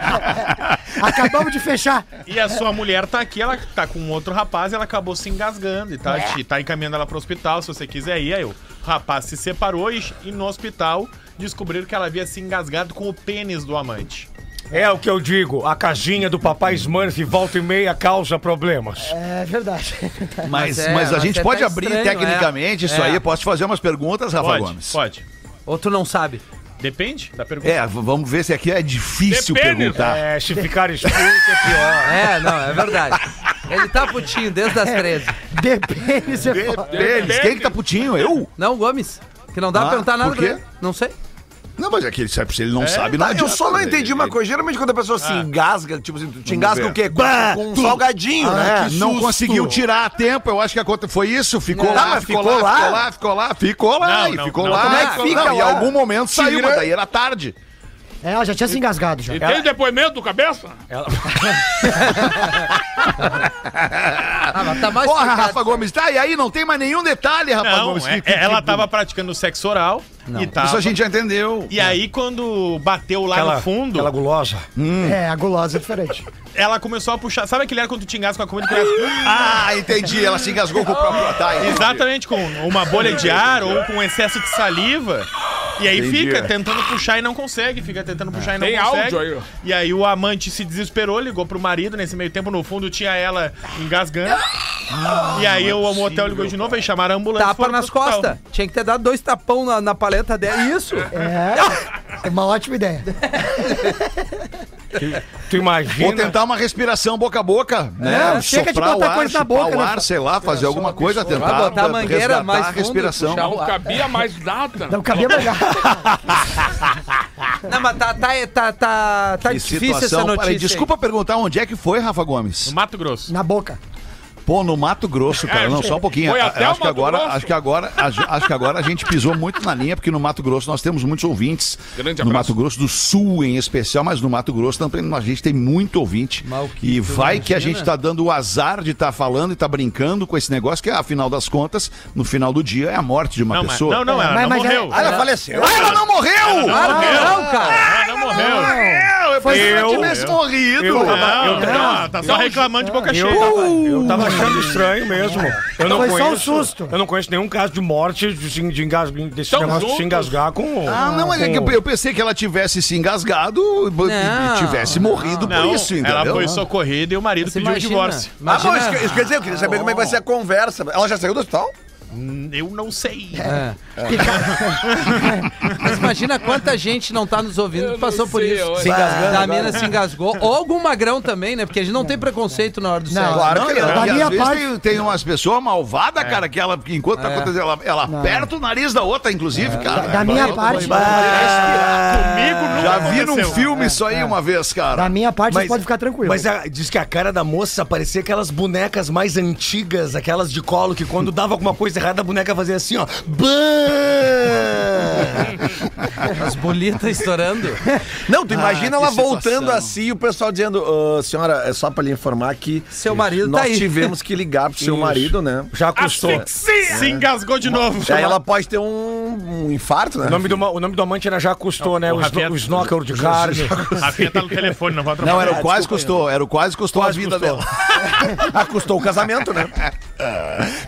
Speaker 9: *laughs* Acabamos de fechar.
Speaker 7: e a sua mulher tá aqui, ela tá com outro rapaz e ela acabou se engasgando e tá,
Speaker 9: É.
Speaker 7: te- tá encaminhando ela pro hospital, se você quiser ir. Aí o rapaz se separou e, e no hospital descobriram que ela havia se engasgado com o pênis do amante.
Speaker 12: É o que eu digo, a casinha do papai Smurf volta e meia causa problemas.
Speaker 9: É verdade.
Speaker 2: Mas,
Speaker 8: Mas é,
Speaker 2: mas a
Speaker 8: mas
Speaker 2: gente
Speaker 8: é
Speaker 2: pode
Speaker 8: tá
Speaker 2: abrir
Speaker 8: estranho,
Speaker 2: tecnicamente
Speaker 8: é.
Speaker 2: isso
Speaker 8: É.
Speaker 2: aí. Eu posso te fazer umas perguntas, Rafa
Speaker 7: Pode,
Speaker 2: Gomes?
Speaker 7: pode.
Speaker 8: Ou tu não sabe.
Speaker 7: Depende da pergunta.
Speaker 2: É, v- vamos ver se aqui é difícil
Speaker 4: Depende.
Speaker 2: perguntar.
Speaker 12: É, se ficar escuro é pior.
Speaker 8: É, não, é verdade. Ele tá putinho desde
Speaker 2: É.
Speaker 8: as 13.
Speaker 9: Depende se
Speaker 2: Depende. Quem que tá putinho? Eu?
Speaker 8: Não, Gomes. Que não dá
Speaker 2: Ah,
Speaker 8: pra perguntar nada
Speaker 2: por quê?
Speaker 8: pra ele. Não sei.
Speaker 2: Não, mas é que ele sabe, se ele não
Speaker 10: É,
Speaker 2: sabe, não
Speaker 10: tá, Eu
Speaker 2: adianta.
Speaker 10: só não entendi uma coisa. Geralmente quando a pessoa se engasga, tipo assim, tu te engasga o quê? Com, com um salgadinho,
Speaker 2: Ah,
Speaker 10: né?
Speaker 2: Não conseguiu tirar a tempo, eu acho que a conta foi isso. Ficou,
Speaker 10: Não,
Speaker 2: lá,
Speaker 10: mas
Speaker 2: ficou,
Speaker 10: ficou
Speaker 2: lá,
Speaker 10: lá?
Speaker 2: ficou lá, ficou lá, ficou lá,
Speaker 10: Não,
Speaker 2: e
Speaker 10: não,
Speaker 2: ficou
Speaker 10: não.
Speaker 2: lá.
Speaker 10: Como é que
Speaker 2: ficou
Speaker 10: fica
Speaker 2: lá, E em
Speaker 10: lá?
Speaker 2: algum momento saiu,
Speaker 10: Tira.
Speaker 2: mas daí era tarde.
Speaker 9: *laughs* É, ela já tinha se engasgado já.
Speaker 4: E tem depoimento do cabeça?
Speaker 8: Ah,
Speaker 2: tá mais Porra, Rafa Gomes, tá? E aí não tem mais nenhum detalhe, Rafa
Speaker 7: Não,
Speaker 2: Gomes.
Speaker 7: é- é- ela tava praticando sexo oral e tava.
Speaker 2: Isso a gente já entendeu.
Speaker 7: E aí, quando bateu lá
Speaker 6: Aquela-
Speaker 7: no fundo,
Speaker 6: aquela gulosa.
Speaker 9: É, a gulosa é diferente.
Speaker 7: ela começou a puxar. Sabe aquele ar quando tu te engasga com a comida? que Começa...
Speaker 2: Ah, entendi. Ela se engasgou com o próprio atalho.
Speaker 7: Exatamente, com uma bolha de ar ou com excesso de saliva. E aí
Speaker 2: Entendi.
Speaker 7: fica tentando puxar e não consegue, fica tentando puxar e não
Speaker 4: Tem
Speaker 7: consegue.
Speaker 4: áudio aí, ó.
Speaker 7: E aí o amante se desesperou, ligou pro marido, nesse meio tempo no fundo tinha ela engasgando. e aí o motel ligou de novo, aí chamaram a ambulância.
Speaker 3: Tapa
Speaker 7: foram pro
Speaker 3: nas
Speaker 7: hospital.
Speaker 3: costas. Tinha que ter dado dois tapão na, na paleta dela. Isso.
Speaker 9: É, é uma ótima ideia.
Speaker 6: Tu imagina.
Speaker 2: Vou tentar uma respiração boca a boca, né?
Speaker 3: É, chega de
Speaker 2: Soprar
Speaker 3: botar
Speaker 2: o ar,
Speaker 3: coisa na
Speaker 2: chupar
Speaker 3: boca,
Speaker 2: o
Speaker 3: né?
Speaker 2: ar, sei lá, fazer alguma coisa, tentar
Speaker 3: Vai botar a mangueira
Speaker 2: resgatar
Speaker 3: mais
Speaker 2: a
Speaker 3: fundo,
Speaker 2: respiração.
Speaker 3: puxar o
Speaker 4: Não cabia mais nada.
Speaker 9: Não é cabia
Speaker 6: *laughs*
Speaker 9: mais nada.
Speaker 3: Não, mas tá, tá, tá, tá, tá
Speaker 2: Que
Speaker 3: difícil essa
Speaker 2: situação.
Speaker 3: notícia.
Speaker 2: Peraí,
Speaker 3: aí.
Speaker 2: desculpa perguntar onde é que foi, Rafa Gomes.
Speaker 7: No Mato Grosso.
Speaker 9: Na boca.
Speaker 2: Pô, no Mato Grosso, cara. Não, só um pouquinho.
Speaker 4: Foi
Speaker 2: Eu
Speaker 4: até o
Speaker 2: acho que
Speaker 4: Mato
Speaker 2: agora,
Speaker 4: Grosso?
Speaker 2: acho que agora, a ge- acho que agora a gente pisou muito na linha, porque no Mato Grosso nós temos muitos ouvintes.
Speaker 4: Grande
Speaker 2: no
Speaker 4: abraço.
Speaker 2: Mato Grosso do Sul em especial, mas no Mato Grosso também a gente tem muito ouvinte.
Speaker 3: Mas o que
Speaker 2: E
Speaker 3: tu
Speaker 2: vai que a
Speaker 3: imagina?
Speaker 2: gente tá dando o azar de estar falando e tá brincando com esse negócio que afinal das contas, no final do dia é a morte de uma
Speaker 7: Não, mas-
Speaker 2: pessoa.
Speaker 7: não, não, ela
Speaker 9: Mas-
Speaker 7: não
Speaker 9: mas é-
Speaker 7: morreu.
Speaker 10: Ah, ela faleceu.
Speaker 2: Ah, ela não morreu!
Speaker 7: Ela não morreu.
Speaker 3: Não, cara.
Speaker 7: Ela não morreu.
Speaker 2: Eu pensei que
Speaker 6: Eu-
Speaker 2: tivesse morrido.
Speaker 6: Eu tava-
Speaker 7: Não, não, tá só reclamando de boca cheia.
Speaker 6: Eu tava achando estranho mesmo. Eu não
Speaker 9: Foi só um
Speaker 6: conheço,
Speaker 9: susto.
Speaker 6: Eu não conheço nenhum caso de morte de, se- de engas- desse
Speaker 4: Tão
Speaker 6: negócio de se
Speaker 4: juntos.
Speaker 6: engasgar com.
Speaker 2: Ah, não, é que eu
Speaker 6: com-
Speaker 2: eu pensei que ela tivesse se engasgado e- e
Speaker 3: Não.
Speaker 2: tivesse morrido
Speaker 7: Não,
Speaker 2: por isso, entendeu?
Speaker 7: ela foi socorrida e o marido
Speaker 3: Você
Speaker 7: pediu o
Speaker 3: imagina.
Speaker 7: divórcio.
Speaker 10: Ah, bom, isso,
Speaker 3: Imagina-
Speaker 10: que- isso quer dizer, eu queria saber como é que vai ser a conversa. Ela já saiu do hospital?
Speaker 7: Eu não sei.
Speaker 3: É. Mas imagina quanta gente não tá nos ouvindo
Speaker 4: Eu
Speaker 3: que passou
Speaker 4: não
Speaker 3: por
Speaker 4: sei,
Speaker 3: isso.
Speaker 4: eu-
Speaker 3: Se engasgando. A mina se engasgou. Ou algum magrão também, né? Porque a gente não tem preconceito na hora do sexo.
Speaker 2: Claro que não.
Speaker 9: Da
Speaker 2: E às
Speaker 9: minha
Speaker 2: vezes
Speaker 9: parte-
Speaker 2: tem, tem umas pessoas malvadas, cara, que ela, que enquanto tá acontecendo, ela, ela aperta o nariz da outra, inclusive, cara.
Speaker 9: Da, da minha parte,
Speaker 7: Comigo não
Speaker 2: Já vi num
Speaker 7: É. aconteceu.
Speaker 2: filme isso aí uma vez, cara.
Speaker 9: da minha parte, você pode ficar tranquilo.
Speaker 5: Mas
Speaker 6: é-
Speaker 5: a- diz que a cara da moça parecia aquelas bonecas mais antigas, aquelas de colo, que quando dava alguma coisa errada, a boneca fazia assim, ó. Bã!
Speaker 3: As bolitas tá estourando.
Speaker 10: Não, tu imagina ela
Speaker 3: que situação.
Speaker 10: voltando assim e o pessoal dizendo, "Ah, senhora, é só pra lhe informar que
Speaker 3: Seu marido
Speaker 10: nós
Speaker 3: tá aí."
Speaker 10: tivemos que ligar pro seu marido, né?
Speaker 6: Já
Speaker 4: Ah,
Speaker 6: custou.
Speaker 7: Se engasgou de novo.
Speaker 10: Aí
Speaker 7: *laughs*
Speaker 10: ela pode ter um, um infarto, né?
Speaker 6: O nome, do, ma- o nome do amante era já custou, né?
Speaker 7: o
Speaker 6: O, sno,
Speaker 7: Rafael-
Speaker 6: o snorkel de carne.
Speaker 7: Rafinha tá no telefone, não vai atrapalhar.
Speaker 2: Não, era o quase custou, era o quase custou
Speaker 6: Quase
Speaker 2: a vida
Speaker 6: custou.
Speaker 2: dela. *laughs*
Speaker 10: *laughs* Ah, custou o casamento, né?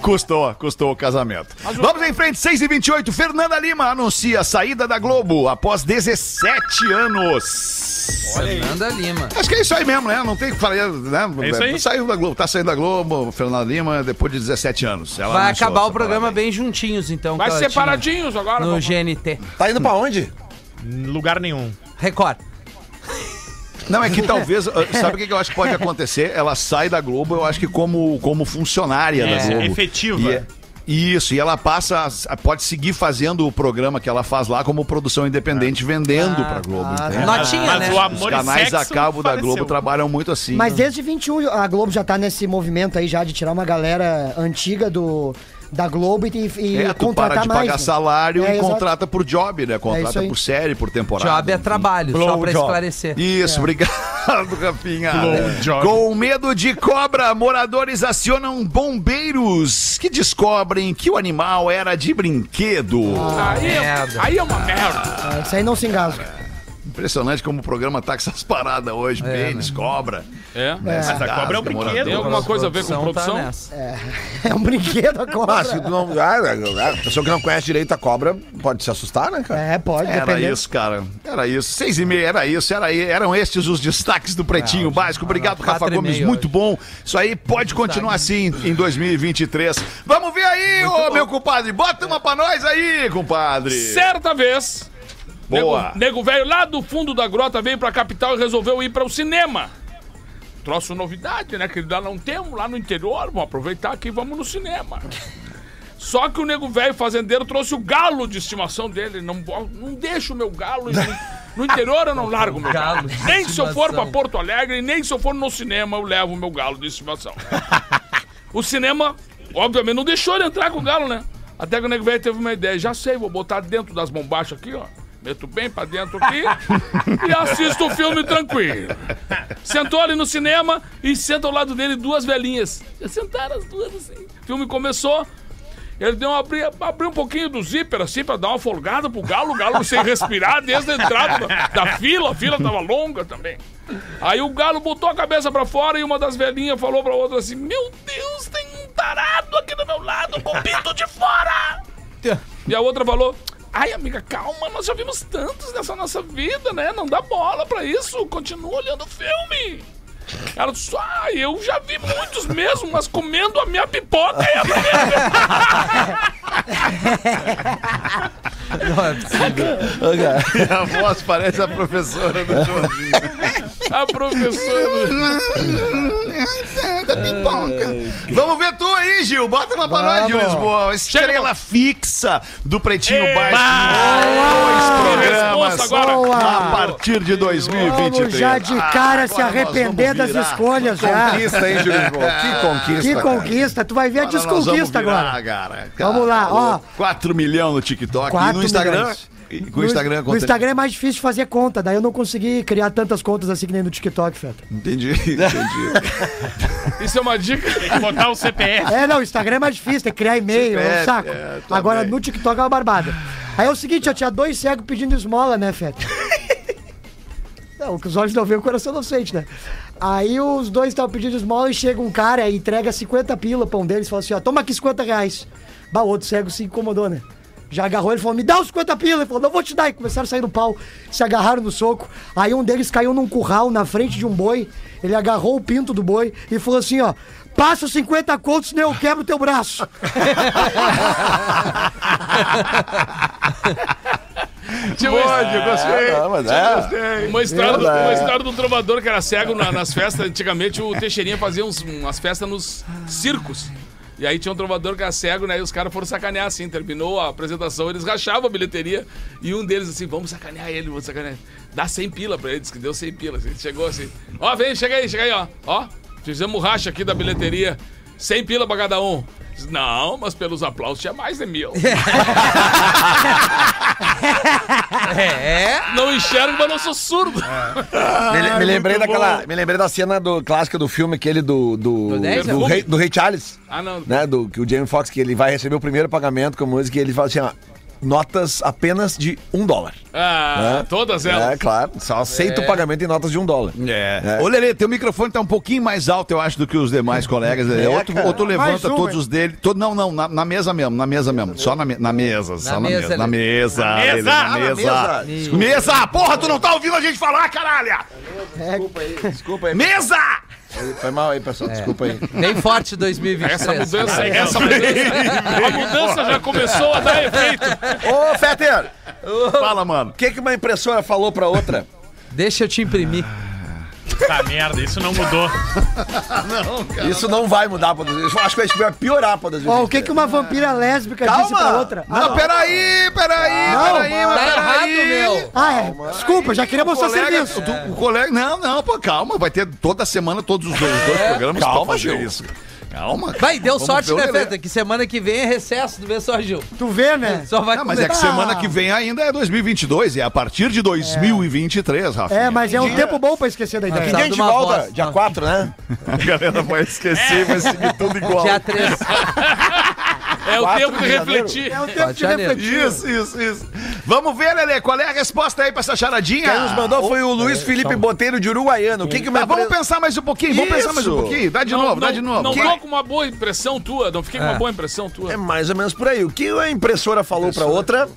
Speaker 2: Custou, custou o casamento. Vamos em frente, 6 e 28 Fernanda Lima anuncia a saída da Globo após 17 anos.
Speaker 3: Fernanda Lima.
Speaker 2: Acho que é isso aí mesmo, né? Não tem o que falar, né?
Speaker 7: É isso aí.
Speaker 2: Saiu da Globo, tá saindo da Globo, Fernanda Lima, depois de 17 anos. Ela
Speaker 3: Vai
Speaker 2: anunciou
Speaker 3: acabar o
Speaker 2: essa
Speaker 3: programa
Speaker 2: parada aí.
Speaker 3: bem juntinhos, então.
Speaker 4: Vai
Speaker 8: tá
Speaker 3: que ela
Speaker 4: separadinhos
Speaker 3: tinha
Speaker 4: agora.
Speaker 3: No
Speaker 4: vamos-
Speaker 3: GNT.
Speaker 10: Tá indo pra onde?
Speaker 7: Em Lugar nenhum.
Speaker 3: Record.
Speaker 2: Não, é
Speaker 9: *laughs*
Speaker 2: que talvez, eh, sabe o que que eu acho que pode acontecer? Ela sai da Globo, eu acho que como, como funcionária da
Speaker 7: É,
Speaker 2: Globo.
Speaker 7: efetiva.
Speaker 2: E é- isso, e ela passa, a- pode seguir fazendo o programa que ela faz lá como produção independente, vendendo pra
Speaker 9: Ah,
Speaker 2: Globo.
Speaker 9: tá.
Speaker 2: entende?
Speaker 3: Notinha,
Speaker 7: Mas
Speaker 3: né?
Speaker 7: Ah. o
Speaker 2: Os
Speaker 7: amor e
Speaker 2: canais
Speaker 7: sexo
Speaker 2: a cabo da
Speaker 7: faleceu.
Speaker 2: Globo trabalham muito assim.
Speaker 9: Mas desde 21 a Globo já tá nesse movimento aí já de tirar uma galera antiga do da Globo e, e
Speaker 2: É, tu para
Speaker 9: contratar
Speaker 2: de
Speaker 9: mais.
Speaker 2: pagar
Speaker 9: né?
Speaker 2: salário
Speaker 9: É,
Speaker 2: e
Speaker 9: exato.
Speaker 2: contrata por job, né?
Speaker 9: É
Speaker 2: Contrata
Speaker 9: isso aí.
Speaker 2: por série, por temporada.
Speaker 3: Job é
Speaker 2: enfim.
Speaker 3: trabalho, só
Speaker 6: Blow
Speaker 3: pra
Speaker 6: job.
Speaker 3: esclarecer.
Speaker 7: É.
Speaker 2: Isso, obrigado, Rafinha.
Speaker 7: Blow job.
Speaker 2: Com medo de cobra, moradores acionam bombeiros que descobrem que o animal era de brinquedo.
Speaker 7: Ah.
Speaker 4: Aí, é,
Speaker 3: Merda.
Speaker 4: aí é uma merda.
Speaker 9: É, Isso aí não se engasga. *laughs*
Speaker 2: Impressionante como o programa tá com essas paradas hoje,
Speaker 3: né?
Speaker 2: bem, descobra.
Speaker 4: É.
Speaker 7: Mas a cobra é um
Speaker 2: Casca,
Speaker 4: Tem
Speaker 7: brinquedo.
Speaker 2: morador.
Speaker 4: alguma coisa a ver com
Speaker 3: Produção tá
Speaker 4: produção?
Speaker 8: né?
Speaker 3: nessa.
Speaker 9: É um brinquedo
Speaker 10: Ah, se
Speaker 9: agora.
Speaker 10: tu não. Ah, ah, ah, pessoa que não conhece direito a cobra pode se assustar, né, cara?
Speaker 9: É, pode,
Speaker 2: Era
Speaker 9: dependendo.
Speaker 2: isso, cara. Era isso. Seis e meia, era isso. Era, eram estes os destaques do Pretinho
Speaker 7: Ah,
Speaker 2: Básico. Obrigado,
Speaker 3: quatro
Speaker 2: Rafa
Speaker 3: e
Speaker 2: Gomes.
Speaker 3: meia
Speaker 2: Muito bom. Isso aí pode continuar assim em 2023. Vamos ver aí, ô, meu compadre. Bota uma pra nós aí, compadre.
Speaker 4: Certa vez,
Speaker 2: Boa.
Speaker 4: Nego, nego velho lá do fundo da grota veio pra capital e resolveu ir para o cinema. Troço novidade, né? Que lá não temos, lá no interior, vamos aproveitar aqui e vamos no cinema. Só que o nego velho fazendeiro trouxe o galo de estimação dele. Não, bo- não deixa o meu galo. em- No interior eu não largo o meu galo.
Speaker 8: *laughs* Galo de
Speaker 4: Nem se eu for pra
Speaker 8: estimação.
Speaker 4: Porto Alegre, nem se eu for no cinema, eu levo o meu galo de estimação. O cinema, obviamente, não deixou ele entrar com o galo, né? Até que o nego velho teve uma ideia. Já sei, vou botar dentro das bombachas aqui, ó. Meto bem pra dentro aqui e assisto o filme tranquilo. Sentou ali no cinema e senta ao lado dele duas velhinhas. Sentaram as duas assim. O filme começou. Ele deu uma, abri- abriu um pouquinho do zíper assim pra dar uma folgada pro galo, o galo sem respirar desde a entrada da, da fila, a fila tava longa também. Aí o galo botou a cabeça pra fora e uma das velhinhas falou pra outra assim: Meu Deus, tem um tarado aqui do meu lado com o pinto de fora! E a outra falou: Ai, amiga, calma, nós já vimos tantos nessa nossa vida, né? Não dá bola pra isso, continua olhando o filme. Ela disse: Ah, eu já vi muitos mesmo, mas comendo a minha pipoca é a primeira vez."
Speaker 2: a voz parece a professora do
Speaker 9: *laughs*
Speaker 2: Joãozinho.
Speaker 4: *laughs* A professora.
Speaker 9: tá
Speaker 2: Da pipoca. É. Vamos ver tu aí, Gil. Bota uma pra nós, Gil
Speaker 10: Vamos.
Speaker 2: Lisboa. Estrela fixa do Pretinho Básico.
Speaker 10: Boa!
Speaker 2: Dois programas
Speaker 10: Que resposta agora.
Speaker 2: a partir de 2023.
Speaker 9: Vamos já de cara
Speaker 2: Ah, agora
Speaker 9: se
Speaker 2: nós
Speaker 9: arrepender
Speaker 2: vamos
Speaker 9: das
Speaker 2: virar.
Speaker 9: escolhas já.
Speaker 10: Conquista, hein, Júlio Lisboa? Que conquista,
Speaker 9: Que
Speaker 10: cara.
Speaker 9: conquista. Tu vai ver a
Speaker 2: Agora nós
Speaker 9: desconquista
Speaker 2: vamos virar,
Speaker 9: agora.
Speaker 2: cara.
Speaker 9: Vamos lá,
Speaker 2: Cara,
Speaker 9: ó.
Speaker 2: 4 milhões no TikTok e
Speaker 9: 4
Speaker 2: no Instagram.
Speaker 9: milhões.
Speaker 2: E com
Speaker 9: No-
Speaker 2: o Instagram
Speaker 9: no
Speaker 2: conta-
Speaker 9: Instagram é mais difícil de fazer conta, daí eu não consegui criar tantas contas assim que nem no TikTok, Feta.
Speaker 2: Entendi, entendi.
Speaker 4: Isso é uma dica. Tem que botar o *laughs* CPF.
Speaker 9: É, não, o Instagram é mais difícil, tem que criar e-mail, é um
Speaker 2: CPF,
Speaker 9: saco.
Speaker 2: é, também.
Speaker 9: Agora no TikTok é uma barbada. Aí é o seguinte, ó, tinha dois cegos pedindo esmola, né, Feta? Não, que os olhos não veem, o coração não sente, né? Aí os dois estavam pedindo esmola e chega um cara e entrega 50 pila pra um deles e fala assim, ó, toma aqui 50 reais. Bah, o outro cego se incomodou, né? Já agarrou ele e falou, me dá os 50 pila. Ele falou, não vou te dar. E começaram a sair no pau, se agarraram no soco. Aí um deles caiu num curral na frente de um boi. Ele agarrou o pinto do boi e falou assim, ó, passa os 50 contos, senão eu quebro teu braço.
Speaker 2: Pode, eu gostei.
Speaker 10: Ah, mas
Speaker 2: Eu
Speaker 10: é.
Speaker 2: gostei.
Speaker 4: Uma história, do,
Speaker 10: Verdade.
Speaker 4: uma história do trovador que era cego na- nas festas. Antigamente o Teixeirinha fazia uns, umas festas nos circos. E aí tinha um trovador que era cego, né? E os caras foram sacanear assim. Terminou a apresentação, eles rachavam a bilheteria. E um deles assim, vamos sacanear ele, vamos sacanear. ele." Dá 100 pila pra ele, disse que deu 100 pila. assim. Ele chegou assim, ó, vem, chega aí, chega aí, ó. Ó, fizemos o racha aqui da bilheteria. 100 pila pra cada um. Disse, Não, mas pelos aplausos tinha mais de mil.
Speaker 10: É.
Speaker 4: Não enxergo, mas não sou surdo.
Speaker 10: Me, le- me lembrei
Speaker 4: muito
Speaker 10: daquela,
Speaker 4: bom.
Speaker 10: me lembrei da cena do, clássica do filme aquele do do,
Speaker 4: dez,
Speaker 10: do,
Speaker 4: né?
Speaker 10: rei, do Rei Charles.
Speaker 4: Ah, não.
Speaker 10: Né, do que o Jamie Foxx que ele vai receber o primeiro pagamento com a música e ele fala assim, ó, notas apenas de um dólar.
Speaker 4: Ah,
Speaker 10: Né?
Speaker 4: todas elas.
Speaker 10: É, claro. Só aceita
Speaker 4: É.
Speaker 10: o pagamento em notas de um dólar.
Speaker 2: É. Ô, Lelê, teu microfone tá um pouquinho mais alto, eu acho, do que os demais colegas. Lelê.
Speaker 10: É,
Speaker 2: ou, tu,
Speaker 10: cara.
Speaker 2: ou tu
Speaker 10: Mais
Speaker 2: levanta
Speaker 10: um,
Speaker 2: todos
Speaker 10: hein?
Speaker 2: os dele. to- não, não, na, na mesa mesmo, na mesa mesmo. Só na, me- na mesa, só na
Speaker 10: mesa,
Speaker 2: mesa.
Speaker 9: né?
Speaker 2: Na
Speaker 10: Lelê.
Speaker 2: mesa,
Speaker 10: Na
Speaker 2: Lelê,
Speaker 10: mesa,
Speaker 2: na
Speaker 10: ah, na
Speaker 2: mesa.
Speaker 10: mesa.
Speaker 2: Isso. Mesa! Porra, tu não tá ouvindo a gente falar, caralho!
Speaker 9: Desculpa aí,
Speaker 10: desculpa aí.
Speaker 2: Mesa!
Speaker 10: Foi mal aí, pessoal, desculpa aí.
Speaker 8: Bem forte 2023.
Speaker 10: Essa mudança-
Speaker 4: essa mudança- a mudança já começou a dar efeito.
Speaker 10: *laughs* Ô, Fetter!
Speaker 2: Fala, mano. O
Speaker 10: que, que uma impressora falou pra outra?
Speaker 8: Deixa eu te imprimir.
Speaker 7: Tá merda, isso não mudou.
Speaker 10: não, cara. Isso não vai mudar pra 2023. um. Acho que a gente vai piorar pra 2023.
Speaker 9: Ó, o que que uma vampira lésbica disse pra outra? Ah,
Speaker 10: Não, peraí, peraí,
Speaker 9: Não,
Speaker 10: peraí,
Speaker 2: Ah,
Speaker 9: mano.
Speaker 10: mas
Speaker 9: Tá
Speaker 10: peraí.
Speaker 9: errado, meu. Ah, é. Desculpa, já queria mostrar
Speaker 2: colega,
Speaker 9: serviço.
Speaker 2: tu- O colega. Não, não, pô, calma. Vai ter toda semana todos os dois, os
Speaker 9: É.
Speaker 2: dois programas.
Speaker 10: Calma,
Speaker 2: pra fazer
Speaker 10: Gil.
Speaker 2: Isso. Calma.
Speaker 8: Vai, deu
Speaker 2: Vamos
Speaker 8: sorte,
Speaker 2: ver o
Speaker 8: né,
Speaker 2: Lelê.
Speaker 8: Feta? Que semana que vem é recesso, tu vê só, Gil.
Speaker 9: Tu vê, né?
Speaker 8: Só vai
Speaker 2: Não, mas é que
Speaker 8: começar.
Speaker 2: semana que vem ainda é 2022, é a partir de 2023, Rafa.
Speaker 9: É, mas é
Speaker 2: *laughs*
Speaker 9: um tempo bom pra esquecer da
Speaker 10: Que
Speaker 9: ideia.
Speaker 8: Tá
Speaker 10: dia a gente volta? Dia 4, né?
Speaker 2: A galera vai esquecer, vai seguir tudo igual.
Speaker 8: Dia 3.
Speaker 4: É o
Speaker 2: Quatro
Speaker 4: tempo de
Speaker 2: de janeiro.
Speaker 4: refletir.
Speaker 2: É
Speaker 9: o um tempo de
Speaker 2: *laughs*
Speaker 9: refletir.
Speaker 2: Isso, isso, isso. Vamos ver, Lelê, qual é a resposta aí pra essa charadinha?
Speaker 10: Quem nos mandou foi Ah, o é, tá Luiz Felipe Botelho de Uruguaiano. O que que uma
Speaker 2: Tá, vamos
Speaker 10: empresa-
Speaker 2: pensar mais um pouquinho, vamos pensar mais um
Speaker 10: Isso.
Speaker 2: pouquinho. Dá de
Speaker 4: Não-
Speaker 2: novo, dá
Speaker 4: não-
Speaker 2: de novo.
Speaker 4: Não
Speaker 2: Que-
Speaker 4: tô com uma boa impressão tua, não fiquei com uma
Speaker 10: É.
Speaker 4: boa impressão tua.
Speaker 10: É mais ou menos por aí. O que a impressora falou pra outra?